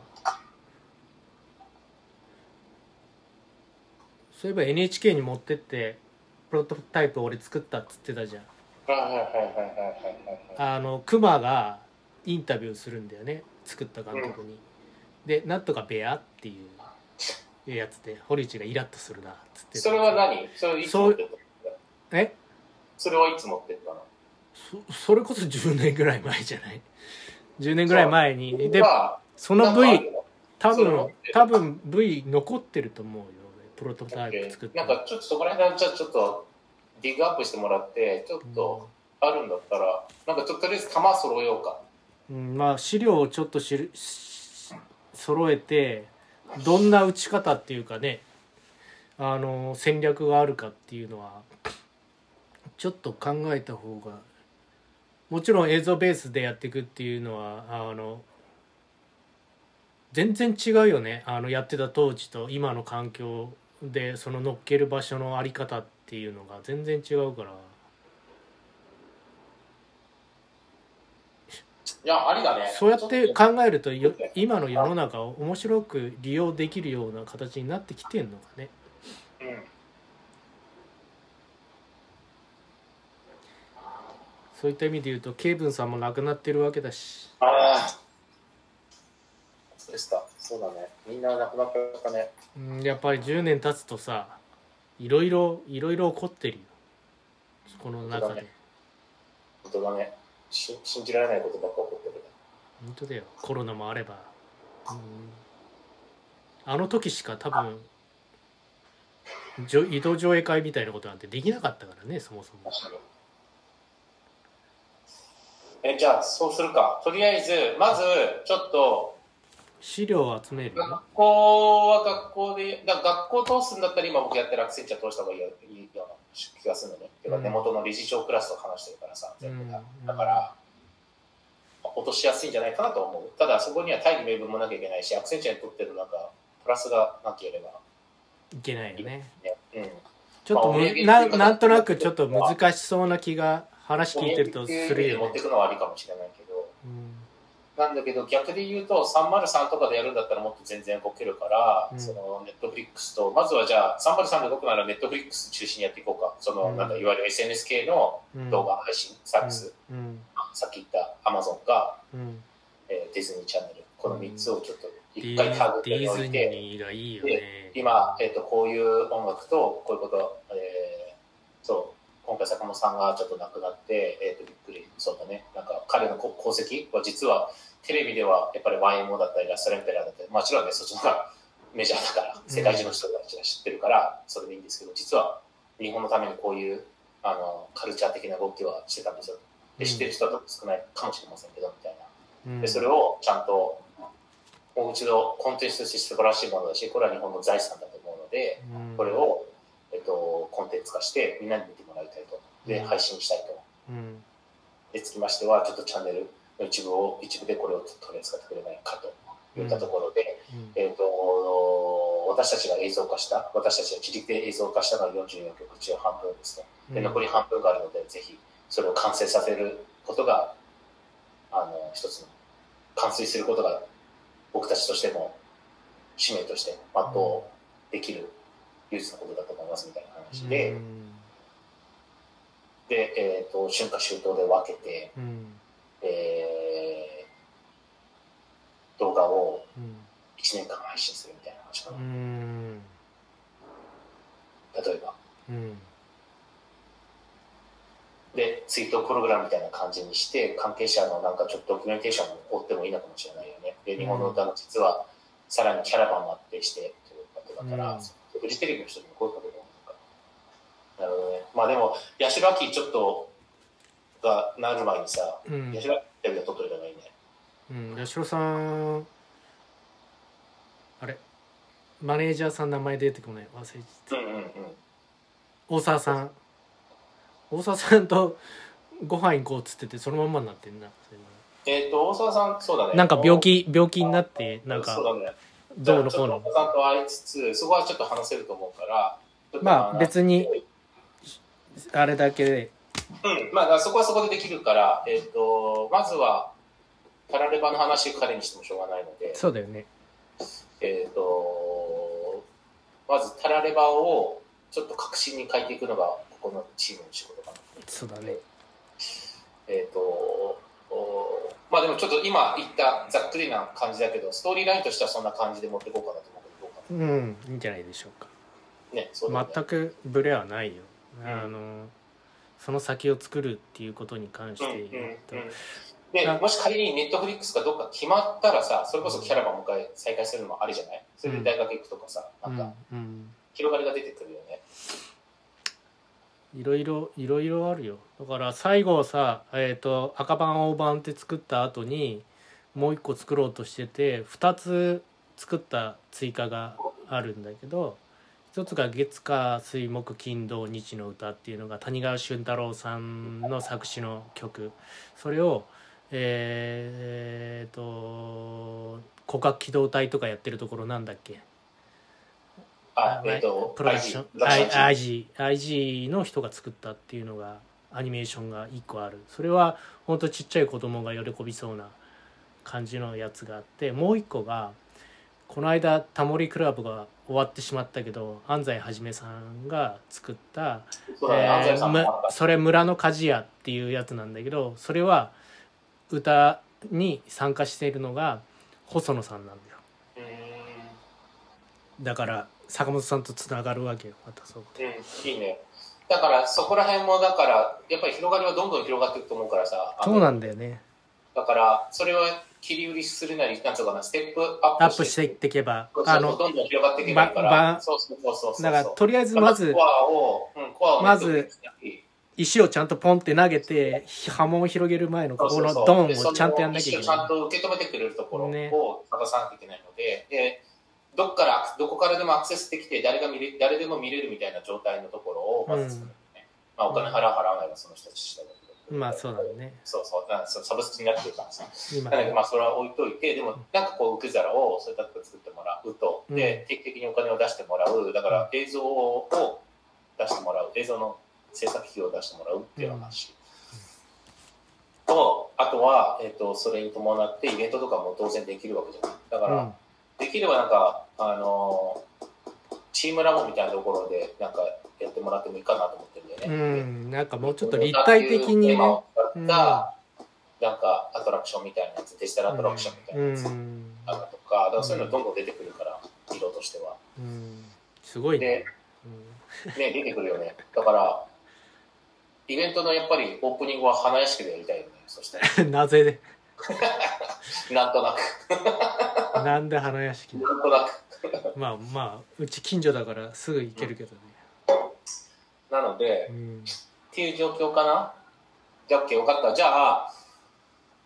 [SPEAKER 1] そういえば NHK に持ってってプロトタイプ俺作ったっつってたじゃん
[SPEAKER 2] はいはいはいはいはいはいはい。
[SPEAKER 1] あのクマがインタビューするんだよね作った監督に、で「なんとかベア」っていうやつで堀内がイラッとするなっつって
[SPEAKER 2] それは何それはいつ持ってったの
[SPEAKER 1] え
[SPEAKER 2] それはいつ持ってったの
[SPEAKER 1] そそれこそ10年ぐらい前じゃない10年ぐらい前にで
[SPEAKER 2] まあ
[SPEAKER 1] その
[SPEAKER 2] なんか
[SPEAKER 1] V 多
[SPEAKER 2] そうなの
[SPEAKER 1] 分多分 V 残ってると思うよ俺プロト
[SPEAKER 2] あ
[SPEAKER 1] タ
[SPEAKER 2] る
[SPEAKER 1] イ
[SPEAKER 2] よ
[SPEAKER 1] プ作った
[SPEAKER 2] なんかちょっとそこら辺じゃあちょっとディグアップしてもらってちょっとあるんだったらなんかちょっととりあえず弾揃えようか
[SPEAKER 1] うん、まあ資料をちょっとしるし揃えてどんな打ち方っていうかねあの戦略があるかっていうのはちょっと考えた方がもちろん映像ベースでやっていくっていうのはあの全然違うよねあのやってた当時と今の環境でその乗っける場所のあり方っていうのが全然違うから。
[SPEAKER 2] いやありだね
[SPEAKER 1] そうやって
[SPEAKER 2] ちょ
[SPEAKER 1] 考えるとよ今の世の中を面白く利用できるような形になってきてんのかね
[SPEAKER 2] とうん
[SPEAKER 1] そういった意味で言うとケイブンさんも亡くなってるわけだし
[SPEAKER 2] ああそうでしたそうだねみんな亡くなったね
[SPEAKER 1] うんやっぱり10年経つとさいろいろいろいろ起こってるよこの中
[SPEAKER 2] 本当だ
[SPEAKER 1] で
[SPEAKER 2] ね本当だねし信じられないことばっか起こってる
[SPEAKER 1] 本当だよコロナもあれば、うんあの時しか多分じょ移動上映会みたいなことなんてできなかったからねそもそも
[SPEAKER 2] 確かにえじゃあそうするかとりあえずまずちょっと
[SPEAKER 1] 資料を集めるよ
[SPEAKER 2] 学校は学校で、だから学校通すんだったら今僕やってるアクセンチャー通した方がいいよいいような気がするのね。てか
[SPEAKER 1] うん
[SPEAKER 2] 根元の理事長クラスと話してるからさ、全部が
[SPEAKER 1] うん
[SPEAKER 2] だから、落としやすいんじゃないかなと思う。ただそこには大義名分もなきゃいけないし、アクセンチャーにとってるなんか、プラスがなければ、
[SPEAKER 1] いけないよね
[SPEAKER 2] ね。うん。
[SPEAKER 1] ちょっと
[SPEAKER 2] まあお土産って
[SPEAKER 1] む
[SPEAKER 2] いうか
[SPEAKER 1] ななんとなくちょっと難しそうな気が話聞いてるとする
[SPEAKER 2] 持
[SPEAKER 1] よ
[SPEAKER 2] って
[SPEAKER 1] ね
[SPEAKER 2] い。くのはありかもしれないけど。
[SPEAKER 1] うん
[SPEAKER 2] なんだけど逆で言うと303とかでやるんだったらもっと全然動けるから、
[SPEAKER 1] うん
[SPEAKER 2] そのネットフリックスとまずはじゃあ303で動くならネットフリックス中心にやっていこうかその、
[SPEAKER 1] うん
[SPEAKER 2] なんかいわゆる SNS 系の
[SPEAKER 1] うん
[SPEAKER 2] 動画配信サービス、
[SPEAKER 1] うん
[SPEAKER 2] さっき言ったアマゾンか、
[SPEAKER 1] うん
[SPEAKER 2] えーディズニーチャンネルこの3つをちょっと
[SPEAKER 1] デ
[SPEAKER 2] 一
[SPEAKER 1] ィ
[SPEAKER 2] 回ターゲ
[SPEAKER 1] デ
[SPEAKER 2] ッ
[SPEAKER 1] ィ
[SPEAKER 2] トに置
[SPEAKER 1] ズ
[SPEAKER 2] い
[SPEAKER 1] ニ
[SPEAKER 2] て、
[SPEAKER 1] ーがいいよね。
[SPEAKER 2] 今、えー、とこういう音楽とこういうこと、えーそう今回坂本さんがちょっと亡くなって、えー、とびっくりそうだねなんか彼のこ功績は実はテレビではやっぱり YMO だったりラストレンペラーだったりもちろんねそっちの方がメジャーだから世界中の人たちが知ってるから、それでいいんですけど実は日本のためにこういうあのカルチャー的な動きはしてたんですよで知ってる人は多分少ないかもしれませんけどみたいな。
[SPEAKER 1] うん
[SPEAKER 2] でそれをちゃんともう一度コンテンツとして素晴らしいものだしこれは日本の財産だと思うので
[SPEAKER 1] うん
[SPEAKER 2] これを、えっと、コンテンツ化してみんなに見てもらいたいとで
[SPEAKER 1] うん
[SPEAKER 2] 配信したいと
[SPEAKER 1] うん
[SPEAKER 2] でつきましてはちょっとチャンネルの一部を一部でこれを取り扱ってくれないかといったところで、
[SPEAKER 1] うん
[SPEAKER 2] えっと私たちが映像化した私たちが自力で映像化したのが44曲中半分ですね。で残り半分があるのでぜひそれを完成させることがあの一つの完遂することが僕たちとしても使命として全うできる唯一のことだと思いますみたいな話で、
[SPEAKER 1] うん
[SPEAKER 2] で、えー、と春夏秋冬で分けて、
[SPEAKER 1] うん
[SPEAKER 2] えー動画を
[SPEAKER 1] うん
[SPEAKER 2] 1年間配信するみたいな話か
[SPEAKER 1] う
[SPEAKER 2] な、
[SPEAKER 1] ん
[SPEAKER 2] 例えば
[SPEAKER 1] うん
[SPEAKER 2] で追悼プログラムみたいな感じにして関係者のなんかちょっとドキュメンテーションも追ってもいいのかもしれないよねで日本の歌の実はさらにキャラバンもあってしてということだから、
[SPEAKER 1] うん
[SPEAKER 2] フジテレビの人にも声かけてもらうのかなるほどねまあでも八代亜紀ちょっとがなる前にさ
[SPEAKER 1] うん
[SPEAKER 2] 八代亜紀テレビは撮っといた方がいいね
[SPEAKER 1] うん八代さんあれマネージャーさん名前出てこない忘れちゃった
[SPEAKER 2] うんうんうん
[SPEAKER 1] 大沢さん大沢さんとご飯行こうっつっててそのまんまになってんなそれな
[SPEAKER 2] えっ、と大沢さんそうだね
[SPEAKER 1] なんか病気病気になってなんか
[SPEAKER 2] そうだね
[SPEAKER 1] どうのこう
[SPEAKER 2] じゃあちょっ
[SPEAKER 1] の
[SPEAKER 2] とお子さんと会いつつそこはちょっと話せると思うからちょっと
[SPEAKER 1] まあ別にあれだけで
[SPEAKER 2] うんまあだからそこはそこでできるからえっ、とまずはパラレバの話彼にしてもしょうがないので
[SPEAKER 1] そうだよね
[SPEAKER 2] えっ、とまずタラレバをちょっと革新に変えていくのがここのチームの仕事かな
[SPEAKER 1] そうだね
[SPEAKER 2] えっ、とおまあでもちょっと今言ったざっくりな感じだけどストーリーラインとしてはそんな感じで持っていこうかなと思うけどどうか
[SPEAKER 1] うんいいんじゃないでしょうか
[SPEAKER 2] なねそうだね
[SPEAKER 1] 全くブレはないよ、
[SPEAKER 2] ん
[SPEAKER 1] あのその先を作るっていうことに関して言うと、
[SPEAKER 2] うんうんうんで
[SPEAKER 1] あ
[SPEAKER 2] もし仮にネットフリックスかどっか決まったらさそれこそキャラバンもう一回再開するのもありじゃないそれで大学行くとかさ、
[SPEAKER 1] うん
[SPEAKER 2] なんか広がりが出てくるよね
[SPEAKER 1] うんいろいろいろいろあるよだから最後さ、えー、と赤版青版って作った後にもう一個作ろうとしてて2つ作った追加があるんだけど一つが月火水木金土日の歌っていうのが谷川俊太郎さんの作詞の曲それをえーえーと骨格機動隊とかやってるところなんだっけ
[SPEAKER 2] あ
[SPEAKER 1] はい
[SPEAKER 2] えっ、と
[SPEAKER 1] プロダクション
[SPEAKER 2] IG ラジ
[SPEAKER 1] IG, IG の人が作ったっていうのがアニメーションが1個あるそれは本当ちっちゃい子供が喜びそうな感じのやつがあってもう1個がこの間タモリクラブが終わってしまったけど安西はじめさんが作った
[SPEAKER 2] オそうだね、安西さんも
[SPEAKER 1] えー
[SPEAKER 2] あっ
[SPEAKER 1] むそれ村の鍛冶屋っていうやつなんだけどそれは歌に参加しているのが細野さんなんだよ
[SPEAKER 2] たう
[SPEAKER 1] だから坂本さんとつながるわけよまたそう
[SPEAKER 2] ーんうんいいねだからそこら辺もだからやっぱり広がりはどんどん広がっていくと思うからさあの
[SPEAKER 1] そうなんだよね
[SPEAKER 2] だからそれは切り売りするなりなんとかなステップ
[SPEAKER 1] ア
[SPEAKER 2] ア
[SPEAKER 1] ッ
[SPEAKER 2] ッ
[SPEAKER 1] プ
[SPEAKER 2] プ
[SPEAKER 1] し
[SPEAKER 2] してて
[SPEAKER 1] いっていけば
[SPEAKER 2] そうそう
[SPEAKER 1] あ
[SPEAKER 2] そう
[SPEAKER 1] の
[SPEAKER 2] どんどん広がっていけばいいから
[SPEAKER 1] ばば
[SPEAKER 2] そうそうそうそうそう
[SPEAKER 1] だからとりあえずまず
[SPEAKER 2] コアを、うん、コアを
[SPEAKER 1] まず
[SPEAKER 2] ネットフリックスに
[SPEAKER 1] 石をちゃんとポンって投げて波紋を広げる前のここの
[SPEAKER 2] そうそうそう
[SPEAKER 1] ドン
[SPEAKER 2] でそ
[SPEAKER 1] を
[SPEAKER 2] の
[SPEAKER 1] ちゃんとやんなきゃいけ
[SPEAKER 2] 一緒にちゃ
[SPEAKER 1] なん
[SPEAKER 2] と受け止めてくれるところ
[SPEAKER 1] ね
[SPEAKER 2] を探さなきゃいけないので、でどっからどこからでもアクセスできて誰が見れ誰でも見れるみたいな状態のところをまず作るね、まあお金払う払わないはその人たち次第だけ
[SPEAKER 1] い
[SPEAKER 2] ど
[SPEAKER 1] まあそうだね
[SPEAKER 2] そうそうだからそうサブスクになってるからさ
[SPEAKER 1] 今
[SPEAKER 2] なのでまあそれは置いといてでもなんかこう受け皿をそういったとこ作ってもらうと
[SPEAKER 1] う
[SPEAKER 2] で定期的にお金を出してもらうだから映像を出してもらう映像の制作費用を出してもらうっていう話、とあとは、えっとそれに伴ってイベントとかも当然できるわけじゃないだか
[SPEAKER 1] う
[SPEAKER 2] ら、
[SPEAKER 1] ん
[SPEAKER 2] できればなんかあのチームラボみたいなところでなんかやってもらってもいいかなと思ってるんだよ
[SPEAKER 1] う
[SPEAKER 2] ね。
[SPEAKER 1] んなんかもうちょっと立体的にね
[SPEAKER 2] テーマを使ったなんかアトラクションみたいなやつデジタルアトラクションみたいなやつ
[SPEAKER 1] うん
[SPEAKER 2] あるとかだからそういうのどんどん出てくるから色としては
[SPEAKER 1] うんすごいね
[SPEAKER 2] でね出てくるよねだからイベントのやっぱりオープニングは花屋敷でやりたいよねそして
[SPEAKER 1] うん *laughs* なぜで
[SPEAKER 2] なんとなく
[SPEAKER 1] なんで花屋敷だ
[SPEAKER 2] *laughs* なんとなく
[SPEAKER 1] まあまあうち近所だからすぐ行けるけどね
[SPEAKER 2] なので
[SPEAKER 1] うん
[SPEAKER 2] っていう状況かなじゃあ OK 分かったじゃあ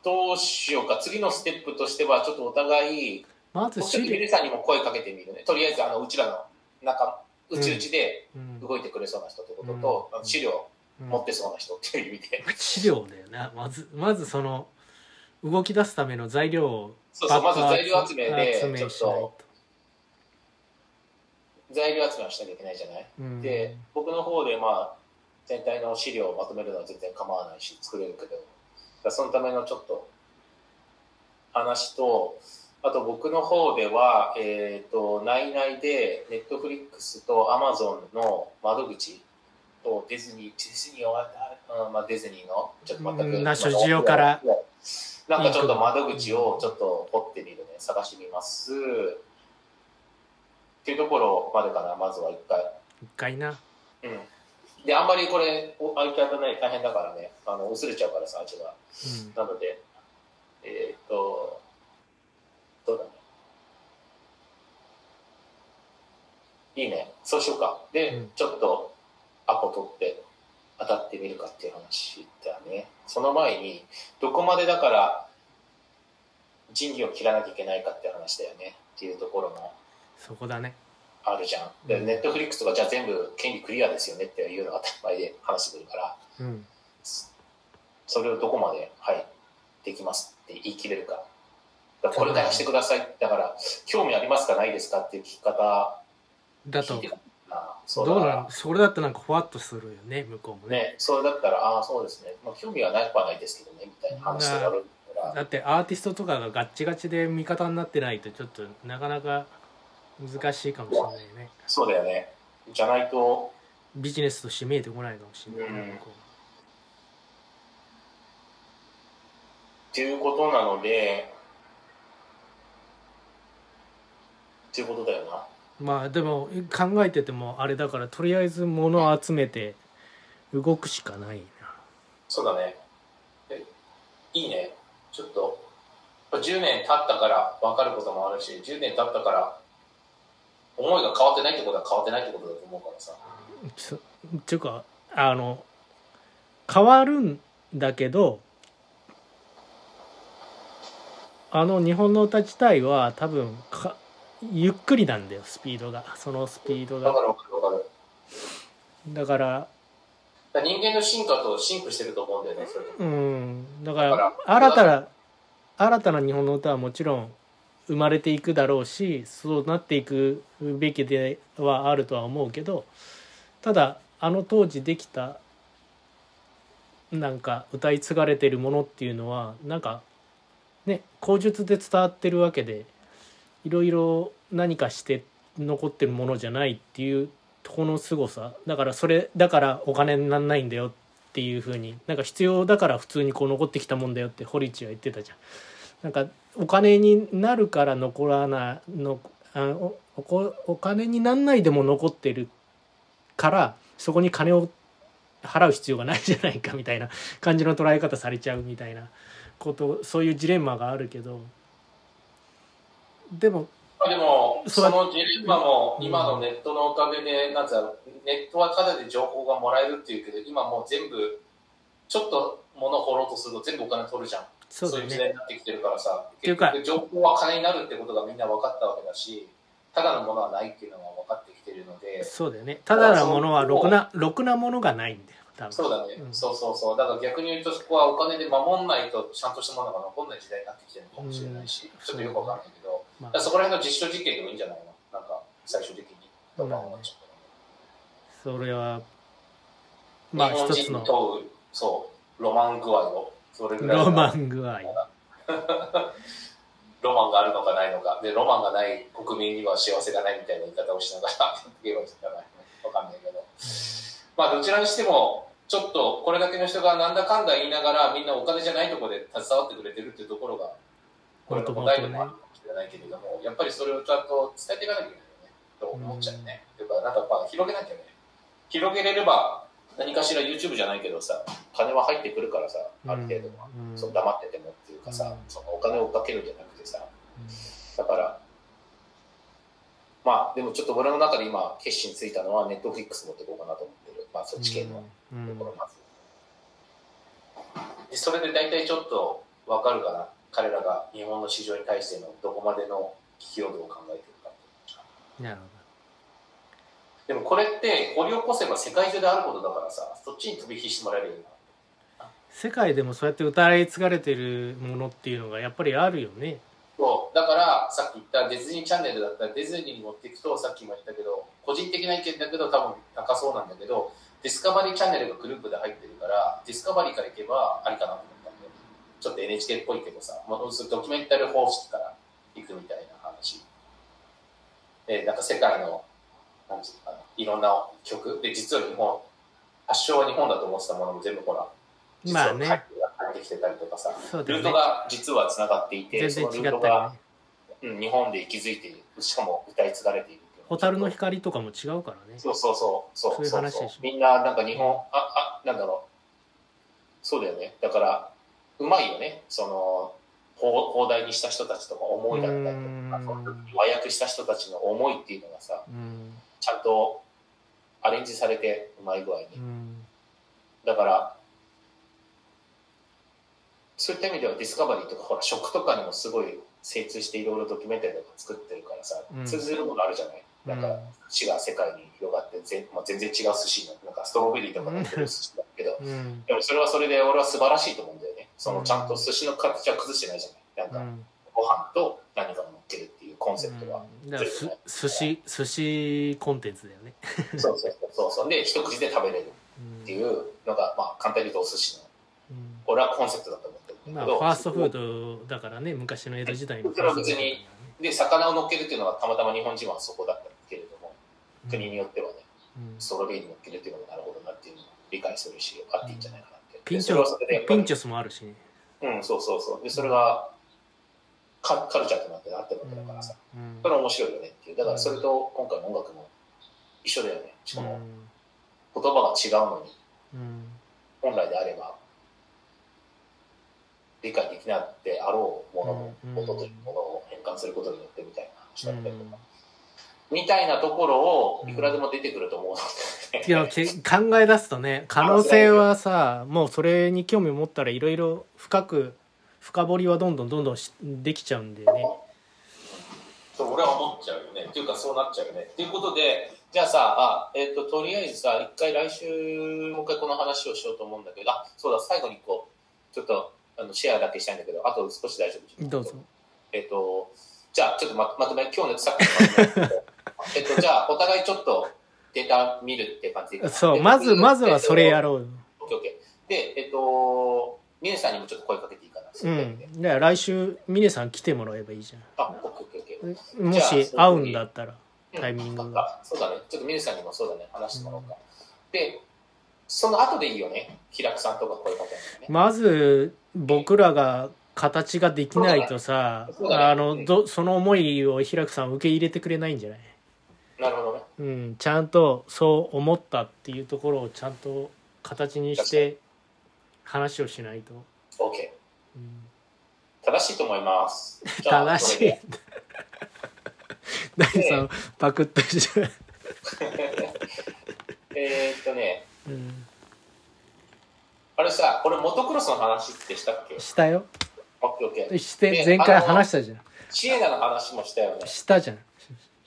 [SPEAKER 2] どうしようか次のステップとしてはちょっとお互い
[SPEAKER 1] まず
[SPEAKER 2] 僕ちょっ
[SPEAKER 1] 資
[SPEAKER 2] と
[SPEAKER 1] 料
[SPEAKER 2] ヒデさんにも声かけてみるねとりあえずあのうちらの中うちうちで
[SPEAKER 1] うん
[SPEAKER 2] 動いてくれそうな人ってことと、
[SPEAKER 1] うん
[SPEAKER 2] あの資料
[SPEAKER 1] うん
[SPEAKER 2] 持ってそうな人っていう
[SPEAKER 1] *laughs*
[SPEAKER 2] 意味で、
[SPEAKER 1] 資料だよなまずまずその動き出すための材料を
[SPEAKER 2] そうそ
[SPEAKER 1] バ
[SPEAKER 2] うま
[SPEAKER 1] ッ
[SPEAKER 2] ず
[SPEAKER 1] ター
[SPEAKER 2] 材料集めで
[SPEAKER 1] 集め
[SPEAKER 2] ちょっ
[SPEAKER 1] しない
[SPEAKER 2] と材料集めはしなきゃいけないじゃない、
[SPEAKER 1] うん
[SPEAKER 2] で僕の方でまあ全体の資料をまとめるのは全然構わないし作れるけどだからそのためのちょっと話と、あと僕の方では、えっ、と、内々で、ネットフリックスとアマゾンの窓口とディズニー、ディズニーは、うんまあ、ディズニーの、ちょっと全
[SPEAKER 1] う
[SPEAKER 2] く。
[SPEAKER 1] んナショ需要から。
[SPEAKER 2] なんかちょっと窓口をちょっと掘ってみるね、探してみます。っていうところまでかな、まずは一回。
[SPEAKER 1] 一回な
[SPEAKER 2] うん。で、あんまりこれ、お相手がない大変だからね、あの、薄れちゃうからさ、味が。なので、えーっと、どうだろう。いいね。そうしようか。で、
[SPEAKER 1] うん
[SPEAKER 2] ちょっとアポ取って当たってみるかっていう話だね。その前に、どこまでだから仁義を切らなきゃいけないかっていう話だよね。っていうところも
[SPEAKER 1] そこだね
[SPEAKER 2] あるじゃん。で、
[SPEAKER 1] うん
[SPEAKER 2] ネットフリックスとかじゃあ全部権利クリアですよねっていうのが当たり前で話してくるから。
[SPEAKER 1] うん
[SPEAKER 2] それをどこまで、はい、できますって言い切れるか。だからこれからしてください。だから、興味ありますかないですかっていう聞き方
[SPEAKER 1] だ
[SPEAKER 2] 聞
[SPEAKER 1] と
[SPEAKER 2] いてるな。そ
[SPEAKER 1] ど
[SPEAKER 2] う
[SPEAKER 1] う
[SPEAKER 2] だか
[SPEAKER 1] なの
[SPEAKER 2] ら、
[SPEAKER 1] それだってなんかふわっとするよね向こうもね
[SPEAKER 2] ね、それだったら、ああ、そうですね。まあ、興味はないくはないですけどね、みたいな話とかあるから。
[SPEAKER 1] だってアーティストとかがガッチガチで味方になってないとちょっとなかなか難しいかもしれないね
[SPEAKER 2] そうだよね。じゃないと、
[SPEAKER 1] ビジネスとして見えてこないかもしれない、
[SPEAKER 2] うん
[SPEAKER 1] 向こ
[SPEAKER 2] っていうことなので、っていうことだよな。
[SPEAKER 1] うまあでも考えててもあれだからとりあえず物を集めて動くしかない
[SPEAKER 2] そうだね。えいいね。ちょっと、10年経ったから分かることもあるし、10年経ったから、思いが変わってないってことは変わってないってことだと思うからさ。
[SPEAKER 1] なちょっていうかあの変わるんだけどあの日本の歌自体は多分かゆっくりなんだよスピードがそのスピード
[SPEAKER 2] だ
[SPEAKER 1] が
[SPEAKER 2] から分かる分かる。
[SPEAKER 1] だから
[SPEAKER 2] だから人間の進化とシンクしてると思うんだよね、それ。
[SPEAKER 1] うんだから
[SPEAKER 2] だから
[SPEAKER 1] 新たな新たな日本の歌はもちろん生まれていくだろうしそうなっていくべきではあるとは思うけどただあの当時できたなんか歌い継がれてるものっていうのはなんかね口述で伝わってるわけでいろいろ何かして残ってるものじゃないっていうとこの凄さだからそれだからお金になんないんだよっていうふうになんか必要だから普通にこう残ってきたもんだよって堀内は言ってたじゃん。なんかお金になるから残らなのあおおこお金になんないでも残ってるからそこに金を払う必要がないじゃないかみたいな感じの捉え方されちゃうみたいなことそういうジレンマがあるけどでも
[SPEAKER 2] まあでも、
[SPEAKER 1] そ
[SPEAKER 2] そうのジレンマも
[SPEAKER 1] うん
[SPEAKER 2] 今のネットのおかげで、なんつうのネットはただで情報がもらえるっていうけど、今もう全部、ちょっと物を掘ろうとすると全部お金取るじゃん。
[SPEAKER 1] そう
[SPEAKER 2] そう
[SPEAKER 1] だよ
[SPEAKER 2] いう時
[SPEAKER 1] ね
[SPEAKER 2] 代になってきてるからさ、
[SPEAKER 1] てい
[SPEAKER 2] 結
[SPEAKER 1] うか
[SPEAKER 2] 局情報は金になるってことがみんな分かったわけだし、ただのものはないっていうのが分かってきてるので、
[SPEAKER 1] そうだよねただなものはろくなろくなものがないんだよ多分
[SPEAKER 2] そうだね、
[SPEAKER 1] うん
[SPEAKER 2] そうそうそう、だから逆に言うと、そこはお金で守んないと、ちゃんとしたものが残んない時代になってきてるのかもしれないし、
[SPEAKER 1] うん
[SPEAKER 2] ちょっとよく分かんないけど、
[SPEAKER 1] ま
[SPEAKER 2] だから
[SPEAKER 1] あ
[SPEAKER 2] そこら辺の実証実験でもいいんじゃないのなんか、最終的に。とか思っちゃ
[SPEAKER 1] それは
[SPEAKER 2] う
[SPEAKER 1] まあ一
[SPEAKER 2] 日
[SPEAKER 1] つ
[SPEAKER 2] 本人に
[SPEAKER 1] の
[SPEAKER 2] 問う、そう、ロマン具合を、それぐらいが
[SPEAKER 1] ロマン具合
[SPEAKER 2] ロマンがあるのかないのか、で、ロマンがない国民には幸せがないみたいな言い方をしながら、 *laughs* 言えばいいのかなわかんないけど。まあ、どちらにしても、ちょっとこれだけの人がなんだかんだ言いながら、みんなお金じゃないところで携わってくれてるっていうところが、これの答えでもあるかもしれないけれども、やっぱりそれをちゃんと伝えていかなきゃいけないよね、と思っちゃうね。というか、なんかまあ広げなきゃね。広げれれば、何かしら YouTube じゃないけどさ、金は入ってくるからさ、ある程度は。
[SPEAKER 1] うんうん
[SPEAKER 2] その黙っててもっていうかさ、
[SPEAKER 1] うん
[SPEAKER 2] そのお金を追っかけるんじゃなくてさ、だから、まあ、でもちょっと俺の中で今、決心ついたのは、ネットフリックス持っていこうかなと思ってる。まあ、そっち系の
[SPEAKER 1] うん
[SPEAKER 2] ところ、
[SPEAKER 1] うん
[SPEAKER 2] まず。でそれで大体ちょっとわかるかな。彼らが日本の市場に対してのどこまでの企業度を考えてるかって
[SPEAKER 1] なるほ
[SPEAKER 2] でもこれって掘り起こせば世界中であることだからさ、そっちに飛び火してもらえるような。
[SPEAKER 1] ど世界でもそうやって歌い継がれてるものっていうのがやっぱりあるよね
[SPEAKER 2] そうだからさっき言ったディズニーチャンネルだったらディズニーに持っていくとさっきも言ったけど個人的な意見だけど多分高そうなんだけどディスカバリーチャンネルがグループで入ってるからディスカバリーから行けばありかなと思ったんだよちょっと NHK っぽいけどさ、もうドキュメンタル方式から行くみたいな話。で、なんか世界の、なんていうのかな、いろんな曲。で、実は日本、発祥は日本だと思ってたものも全部ほら、実
[SPEAKER 1] まあ
[SPEAKER 2] は
[SPEAKER 1] ね
[SPEAKER 2] 海外から入ってきてたりとかさ、
[SPEAKER 1] そうだ
[SPEAKER 2] ル
[SPEAKER 1] よ
[SPEAKER 2] ート
[SPEAKER 1] ね
[SPEAKER 2] が実はつながっていて、
[SPEAKER 1] 全
[SPEAKER 2] そ
[SPEAKER 1] 然
[SPEAKER 2] のルー
[SPEAKER 1] 違
[SPEAKER 2] ト
[SPEAKER 1] ったよ
[SPEAKER 2] が、
[SPEAKER 1] ね
[SPEAKER 2] うん日本で息づいている、しかも歌い継がれているっていう。
[SPEAKER 1] 蛍の光とかも違うからね
[SPEAKER 2] そうそうそうそう
[SPEAKER 1] そういう話でしょ
[SPEAKER 2] そうみんななんか日本ああなんだろうそうだよねだからうまいよねその放放題にした人たちとか思いだったりと
[SPEAKER 1] うー
[SPEAKER 2] か
[SPEAKER 1] ん
[SPEAKER 2] その和訳した人たちの思いっていうのがさ
[SPEAKER 1] うん
[SPEAKER 2] ちゃんとアレンジされてうまい具合に
[SPEAKER 1] うん
[SPEAKER 2] だからそういった意味ではディスカバリーとかほら食とかにもすごい精通していろいろドキュメンタリーとか作ってるからさ、
[SPEAKER 1] うん
[SPEAKER 2] 通ずるものあるじゃないなんか、
[SPEAKER 1] うん
[SPEAKER 2] 寿司が世界に広がって全,、まあ、全然違う寿司のなんかストロベリーとか乗ってる寿司だけど
[SPEAKER 1] うん
[SPEAKER 2] でもそれはそれで俺は素晴らしいと思うんだよねそうの
[SPEAKER 1] ん
[SPEAKER 2] ちゃんと寿司の形は崩してないじゃないな
[SPEAKER 1] うん
[SPEAKER 2] か
[SPEAKER 1] ん
[SPEAKER 2] ご飯と何かが乗ってるっていうコンセプトは、
[SPEAKER 1] うんだからす寿司寿司コンテンツだよね
[SPEAKER 2] そうそうそうそうそうで一口で食べれる
[SPEAKER 1] うん
[SPEAKER 2] っていうのが、まあ、簡単に言うとお寿司の
[SPEAKER 1] うん
[SPEAKER 2] 俺はコンセプトだと思ってるん
[SPEAKER 1] まあ
[SPEAKER 2] だけ
[SPEAKER 1] フ
[SPEAKER 2] ど、
[SPEAKER 1] ァーストフードだからね昔の江戸時代のファーストフードだからね
[SPEAKER 2] で魚を乗っけるっていうのはたまたま日本人はそこだったけれども国によってはね
[SPEAKER 1] うん
[SPEAKER 2] ストロベリーに乗っけるっていうのもなるほどなっていうのを理解するしあっていいんじゃないかなって、
[SPEAKER 1] ピン
[SPEAKER 2] で
[SPEAKER 1] チ
[SPEAKER 2] それはそれでやっ
[SPEAKER 1] ョ
[SPEAKER 2] ぱ
[SPEAKER 1] ピ
[SPEAKER 2] り
[SPEAKER 1] ンチョスもあるしね
[SPEAKER 2] うん、そうそうそう。で、それがカカルチャーとなってなってるわけだからさ、
[SPEAKER 1] うん
[SPEAKER 2] それは面白いよねっていう。だからそれと今回の音楽も一緒だよね。しかも言葉が違うのに、
[SPEAKER 1] うんうん
[SPEAKER 2] 本来であれば理解できなくてあろうものも、
[SPEAKER 1] うん
[SPEAKER 2] 音というものを変換することによってみたいな話だったりとか。みたいなところをいくらでも出てくると思うので、
[SPEAKER 1] いやけ考え出すとね可能性はさもうそれに興味を持ったらいろいろ深く深掘りはどんどんどんどんしできちゃうんでね
[SPEAKER 2] そう俺は思っちゃうよねっていうかそうなっちゃうよねっていうことでじゃあさあ、えっととりあえずさ一回来週もう一回この話をしようと思うんだけどあそうだ最後に一個ちょっとあのシェアだけしたいんだけどあと少し大丈夫
[SPEAKER 1] どうぞ
[SPEAKER 2] えっとじゃあちょっとままとめ今日のさっきのま
[SPEAKER 1] *laughs*
[SPEAKER 2] とめえっとじゃあお互いちょっとデータ見るって感じでいいかな
[SPEAKER 1] そう
[SPEAKER 2] で
[SPEAKER 1] まずまずはそれやろうよ
[SPEAKER 2] オッケーオッケーでえっとミネさんにもちょっと声かけていいかなそうれで
[SPEAKER 1] んだから来週峰さん来てもらえばいいじ
[SPEAKER 2] あオッケーオッケーオッケー
[SPEAKER 1] ゃんもし会うんだったらタイミング
[SPEAKER 2] うんそっかそうだね。ちょっとミネさんにもそうだね。話してもらおうか。で、その後でいいよね。平久さんとかこういう方ね。
[SPEAKER 1] まず僕らが形ができないとさ
[SPEAKER 2] そうだね
[SPEAKER 1] あのどその思いを平久さん受け入れてくれないんじゃない
[SPEAKER 2] なるほどね。
[SPEAKER 1] うん、ちゃんとそう思ったっていうところをちゃんと形にして話をしないと、
[SPEAKER 2] OK。
[SPEAKER 1] うん
[SPEAKER 2] 正しいと思います。じゃあ
[SPEAKER 1] 正
[SPEAKER 2] こ
[SPEAKER 1] し
[SPEAKER 2] れ
[SPEAKER 1] い *laughs*
[SPEAKER 2] で
[SPEAKER 1] 大地さんパクッとしちゃう、
[SPEAKER 2] えーっとね、
[SPEAKER 1] うん、
[SPEAKER 2] あれさ、これモトクロスの話ってしたっけ
[SPEAKER 1] したよ
[SPEAKER 2] ?OKOK。
[SPEAKER 1] して
[SPEAKER 2] ね
[SPEAKER 1] 前回
[SPEAKER 2] あの
[SPEAKER 1] 話したじゃん
[SPEAKER 2] シエナの話もしたよね。
[SPEAKER 1] したじゃんし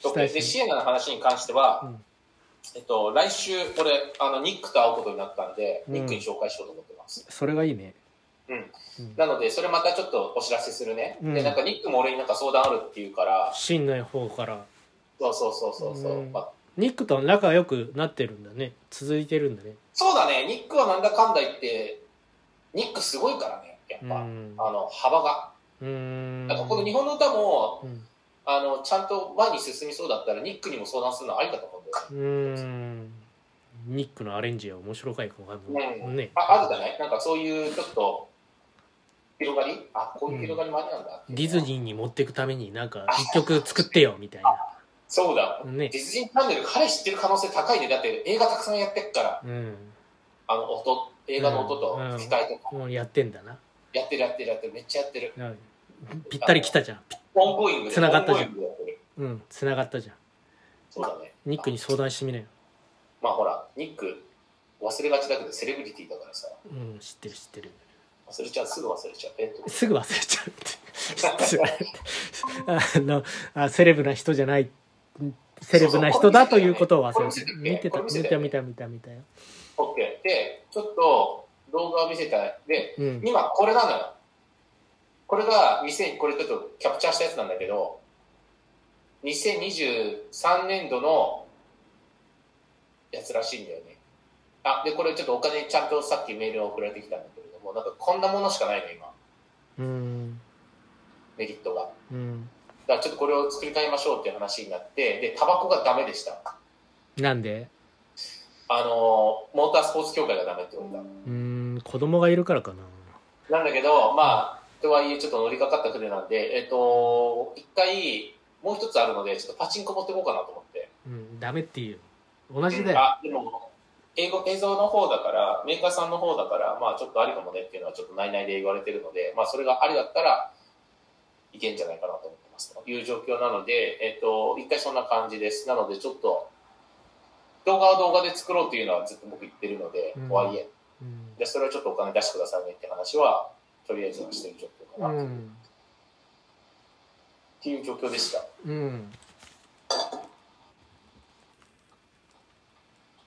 [SPEAKER 2] OK
[SPEAKER 1] た
[SPEAKER 2] で、
[SPEAKER 1] し
[SPEAKER 2] シエナの話に関しては、
[SPEAKER 1] うん
[SPEAKER 2] えっと、来週、これ、あの、ニックと会うことになったんで、
[SPEAKER 1] うん
[SPEAKER 2] ニックに紹介しようと思ってます。
[SPEAKER 1] それがいいね
[SPEAKER 2] うん
[SPEAKER 1] うん
[SPEAKER 2] なので、それまたちょっとお知らせするね。
[SPEAKER 1] うん
[SPEAKER 2] で、なんかニックも俺になんか相談あるっていうから、
[SPEAKER 1] 真の方から
[SPEAKER 2] そうそうそうそうそう、
[SPEAKER 1] うん
[SPEAKER 2] まあ。
[SPEAKER 1] ニックと仲良くなってるんだね続いてるんだね
[SPEAKER 2] そうだね、ニックはなんだかんだ言って、ニックすごいからね、やっぱ、
[SPEAKER 1] うん
[SPEAKER 2] あの幅が。
[SPEAKER 1] うん
[SPEAKER 2] なんかこの日本の歌も、
[SPEAKER 1] うん
[SPEAKER 2] あのちゃんと前に進みそうだったら、ニックにも相談するのはありだと思うんだよね。
[SPEAKER 1] うんニックのアレンジは面白いかも
[SPEAKER 2] うん
[SPEAKER 1] ね
[SPEAKER 2] ああるじゃないなんかそういうちょっと広がりあこういう広がりもありなんだっていう
[SPEAKER 1] ディズニーに持っていくためになんか一曲作ってよみたいな。
[SPEAKER 2] そうだ、
[SPEAKER 1] ね
[SPEAKER 2] ディズニーチャンネル彼知ってる可能性高いねだって映画たくさんやってっから
[SPEAKER 1] うん。
[SPEAKER 2] あの音映画の音と吹き替えとか、
[SPEAKER 1] もうやってんだな。
[SPEAKER 2] やってるやってるやってるめっちゃやってる
[SPEAKER 1] うんぴったり来たじゃん。
[SPEAKER 2] オンゴイングで
[SPEAKER 1] 繋がったじゃん
[SPEAKER 2] オンゴイングでやってる
[SPEAKER 1] うん。繋がったじゃん。
[SPEAKER 2] そうだね
[SPEAKER 1] ニックに相談してみなよ。
[SPEAKER 2] まあほら、ニック、忘れがちだけど、セレブリティだからさ、
[SPEAKER 1] うん。知ってる知ってる。
[SPEAKER 2] 忘れちゃう、すぐ忘れちゃう。えっと、
[SPEAKER 1] すぐ忘れちゃうって。あのあ、セレブな人じゃない。セレブな人だということを忘れて見てた、
[SPEAKER 2] これ見せ
[SPEAKER 1] 見
[SPEAKER 2] て
[SPEAKER 1] た、見た、見た、見たよ。
[SPEAKER 2] OK。で、ちょっと動画を見せたい。で、
[SPEAKER 1] うん。
[SPEAKER 2] 今、これなのよ。これが、2000これちょっとキャプチャーしたやつなんだけど、2023年度のやつらしいんだよね。あ、で、これちょっとお金ちゃんとさっきメールを送られてきたんだけれども、なんかこんなものしかないの、今。
[SPEAKER 1] うん
[SPEAKER 2] メリットが。
[SPEAKER 1] うん
[SPEAKER 2] だからちょっとこれを作り変えましょうっていう話になってでタバコがダメでした
[SPEAKER 1] なんで
[SPEAKER 2] あのモータースポーツ協会がダメって言われ
[SPEAKER 1] うん子供がいるからかな
[SPEAKER 2] たなんだけどまあとはいえちょっと乗りかかった船なんでえっ、と一回もう一つあるのでちょっとパチンコ持ってこうかなと思って
[SPEAKER 1] うんダメっていう同じだよ
[SPEAKER 2] あでも英語映像の方だからメーカーさんの方だからまあちょっとありかもねっていうのはちょっと内々で言われてるのでまあそれがありだったらいけんじゃないかなと思ってますという状況なのでえっ、と一回そんな感じですなのでちょっと動画は動画で作ろうというのはずっと僕言ってるので、
[SPEAKER 1] うん
[SPEAKER 2] とはいえ
[SPEAKER 1] うん
[SPEAKER 2] でそれはちょっとお金出してくださいねって話はとりあえずはしてる状況かな、
[SPEAKER 1] う
[SPEAKER 2] っ
[SPEAKER 1] ん
[SPEAKER 2] ていう状況でした
[SPEAKER 1] うん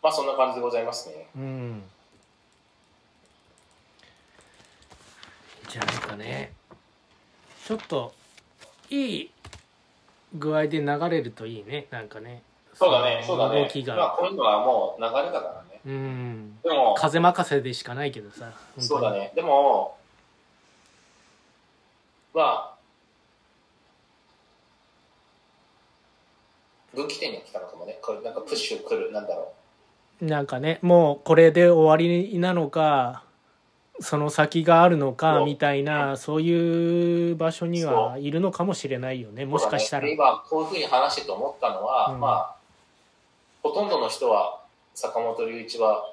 [SPEAKER 2] まあそんな感じでございますね
[SPEAKER 1] うんじゃないかねちょっといい具合で流れるといいねなんかね
[SPEAKER 2] そうだねそうだね
[SPEAKER 1] 動き
[SPEAKER 2] まあ
[SPEAKER 1] が
[SPEAKER 2] こういうのはもう流れだからね
[SPEAKER 1] うん
[SPEAKER 2] でも
[SPEAKER 1] 風任せでしかないけどさ本当に
[SPEAKER 2] そうだね。でも、まあ、分岐点には来たのかもね。これなんかプッシュ来る、なんだろ
[SPEAKER 1] なんかねもうこれで終わりなのかその先があるのか
[SPEAKER 2] そう
[SPEAKER 1] みたいなそういう場所に
[SPEAKER 2] そ
[SPEAKER 1] はいるのかもしれないよね
[SPEAKER 2] う。
[SPEAKER 1] もしかしたら
[SPEAKER 2] そうだねで今、こういうふうに話してと思ったのは、
[SPEAKER 1] うん
[SPEAKER 2] まあ、ほとんどの人は、坂本龍一は、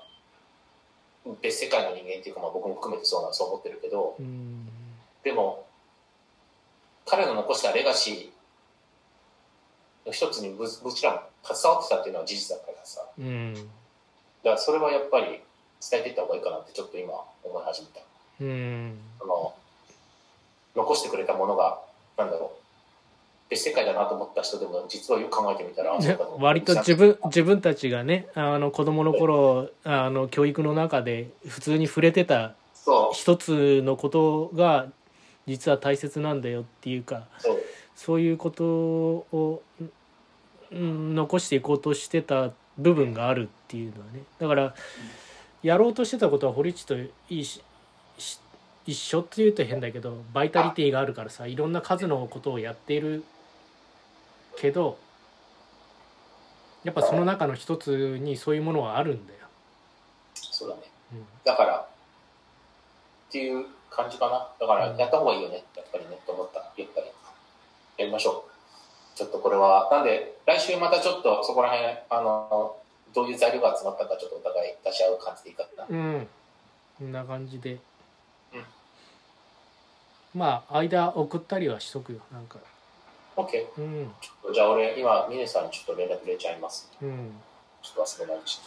[SPEAKER 2] 別世界の人間っていうか、まあ僕も含めてそうなんそう思ってるけど、
[SPEAKER 1] うん
[SPEAKER 2] でも、彼の残したレガシーの一つにぶ、ぶちらも携わってたっていうのは事実だからさ。
[SPEAKER 1] うん
[SPEAKER 2] だからそれはやっぱり伝えていった方がいいかなってちょっと今思い始めた
[SPEAKER 1] うん
[SPEAKER 2] あの残してくれたものがなんだろう別世界だなと思った人でも実はよく考えてみたらそうか
[SPEAKER 1] 割と自分自分たちがねあの子供の頃あの教育の中で普通に触れてた
[SPEAKER 2] そう
[SPEAKER 1] 一つのことが実は大切なんだよっていうか
[SPEAKER 2] そう
[SPEAKER 1] そういうことをうん残していこうとしてた部分があるっていうのはねだからやろうとしてたことは堀内といいしし一緒っていうと変だけどバイタリティがあるからさいろんな数のことをやっているけどやっぱその中の一つにそういうものはあるんだよ。
[SPEAKER 2] そうだね
[SPEAKER 1] うん
[SPEAKER 2] だからっていう感じかなだからやった方がいいよねやっぱりねと思ったやっぱりやりましょうちょっとこれはなんで来週またちょっとそこら辺あのどういう材料が集まったかちょっとお互い出し合う感じでいいかな
[SPEAKER 1] うんこんな感じで、
[SPEAKER 2] うん
[SPEAKER 1] まあ間送ったりはしとくよなんか
[SPEAKER 2] OK
[SPEAKER 1] うん
[SPEAKER 2] じゃあ俺今ミネさんにちょっと連絡入れちゃいます
[SPEAKER 1] うん
[SPEAKER 2] ちょっと忘れないうちに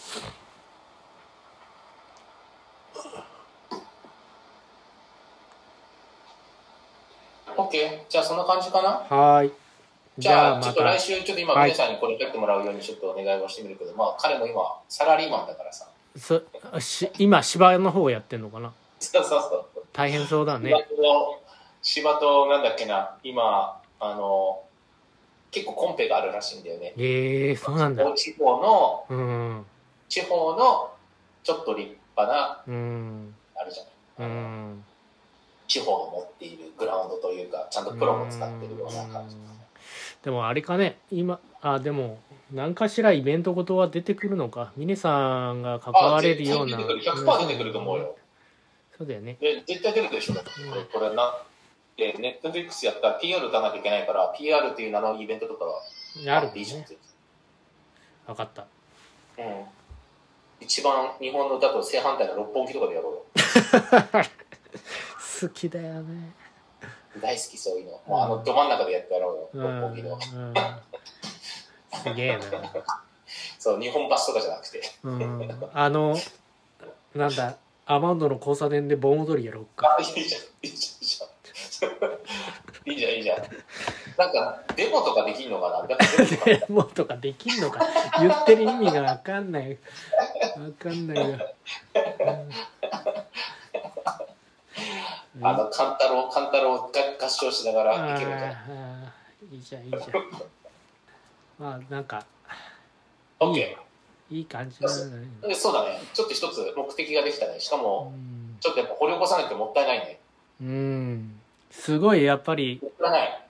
[SPEAKER 2] オッケーじゃあそんな感じかな
[SPEAKER 1] はーい
[SPEAKER 2] じ
[SPEAKER 1] じ
[SPEAKER 2] ゃ
[SPEAKER 1] ゃ
[SPEAKER 2] あ
[SPEAKER 1] あ
[SPEAKER 2] ちょ
[SPEAKER 1] ま
[SPEAKER 2] っと来
[SPEAKER 1] た
[SPEAKER 2] 週ちょっと今
[SPEAKER 1] はい
[SPEAKER 2] ミネさんにこれ書いてもらうようにちょっとお願いはしてみるけど、まあ彼も今サラリーマンだからさ
[SPEAKER 1] そし今芝の方やってんのかな
[SPEAKER 2] そうそう *laughs* そう
[SPEAKER 1] 大変そうだ
[SPEAKER 2] 芝
[SPEAKER 1] ね
[SPEAKER 2] と芝となんだっけな今あの結構コンペがあるらしいんだよね
[SPEAKER 1] えー、そうなんだ
[SPEAKER 2] 地方の
[SPEAKER 1] うん
[SPEAKER 2] 地方のちょっと立派な
[SPEAKER 1] うん
[SPEAKER 2] あるじゃ
[SPEAKER 1] う
[SPEAKER 2] ない、
[SPEAKER 1] ん
[SPEAKER 2] 地方の持っているグラウンドというかちゃんとプロも使ってるような感じ、
[SPEAKER 1] うんでもあれかね今あでも何かしらイベントごとは出てくるのか峰さんが関われるような
[SPEAKER 2] あ絶対出てくる100%出てくると思うよ、
[SPEAKER 1] そうだよね
[SPEAKER 2] で絶対出てくるでしょ、これなでネットフリックスやったら PR 打たなきゃいけないから PR っていう名のイベントとかは
[SPEAKER 1] あ
[SPEAKER 2] あ
[SPEAKER 1] る
[SPEAKER 2] っていいじゃんっ
[SPEAKER 1] ね
[SPEAKER 2] て、
[SPEAKER 1] 分かった
[SPEAKER 2] うん、一番日本の歌と正反対の六本木とかでやろうよ
[SPEAKER 1] 好きだよね
[SPEAKER 2] 大好きそういうのもうあのど真ん中でやってやろう
[SPEAKER 1] う
[SPEAKER 2] よ、
[SPEAKER 1] ん、うん
[SPEAKER 2] 六本木の、
[SPEAKER 1] すげえな
[SPEAKER 2] そう日本橋とかじゃなくて
[SPEAKER 1] うんあのなんだアマンドの交差点で盆踊りやろうか
[SPEAKER 2] あ、 *laughs* いいじゃん、いいじゃん、いいじゃん。いいじゃん、いいじゃん。なんか、デモとかできんのかなだから
[SPEAKER 1] *laughs*
[SPEAKER 2] デモとか
[SPEAKER 1] えもうとかできんのか言ってる意味が分かんない分かんないよ、うん、
[SPEAKER 2] あの、カンタロウ、カンタロウが合唱しながらいけるんじゃない
[SPEAKER 1] あーいいじゃんいいじゃんまあなんか
[SPEAKER 2] オッケ
[SPEAKER 1] いい感じなんだね、
[SPEAKER 2] ーでそうだね。ちょっと一つ目的ができたね。しか
[SPEAKER 1] う
[SPEAKER 2] も、
[SPEAKER 1] ん
[SPEAKER 2] ちょっとやっぱ掘り起こさないともったいないね。
[SPEAKER 1] うんすごいやっぱり
[SPEAKER 2] 送らない。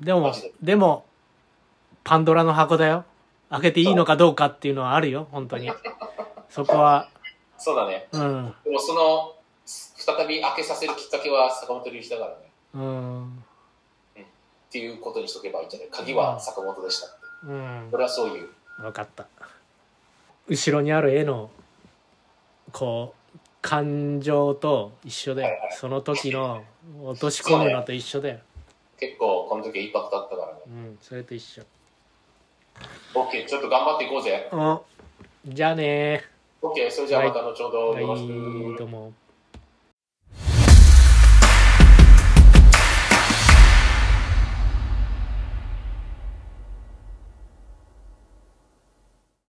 [SPEAKER 1] でもでもパンドラの箱だよ開けていいのかどうかっていうのはあるよ本当にそこは
[SPEAKER 2] そうだね。
[SPEAKER 1] うん
[SPEAKER 2] でもその、再び開けさせるきっかけは坂本龍一だからね。
[SPEAKER 1] うん
[SPEAKER 2] っていうことにしとけばいいんじゃない鍵は坂本でしたって。
[SPEAKER 1] うん
[SPEAKER 2] これはそういう。
[SPEAKER 1] 分かった後ろにある絵のこう感情と一緒だよ
[SPEAKER 2] はいはい
[SPEAKER 1] その時の落とし込むのと一緒だよ、
[SPEAKER 2] 結構この時はインパクトあったからね。
[SPEAKER 1] うん、それと一緒
[SPEAKER 2] OK、ちょっと頑張っていこうぜ。
[SPEAKER 1] うんじゃあね
[SPEAKER 2] OK、それじゃあまた後ほど
[SPEAKER 1] は
[SPEAKER 2] よろしく。
[SPEAKER 1] いどうも。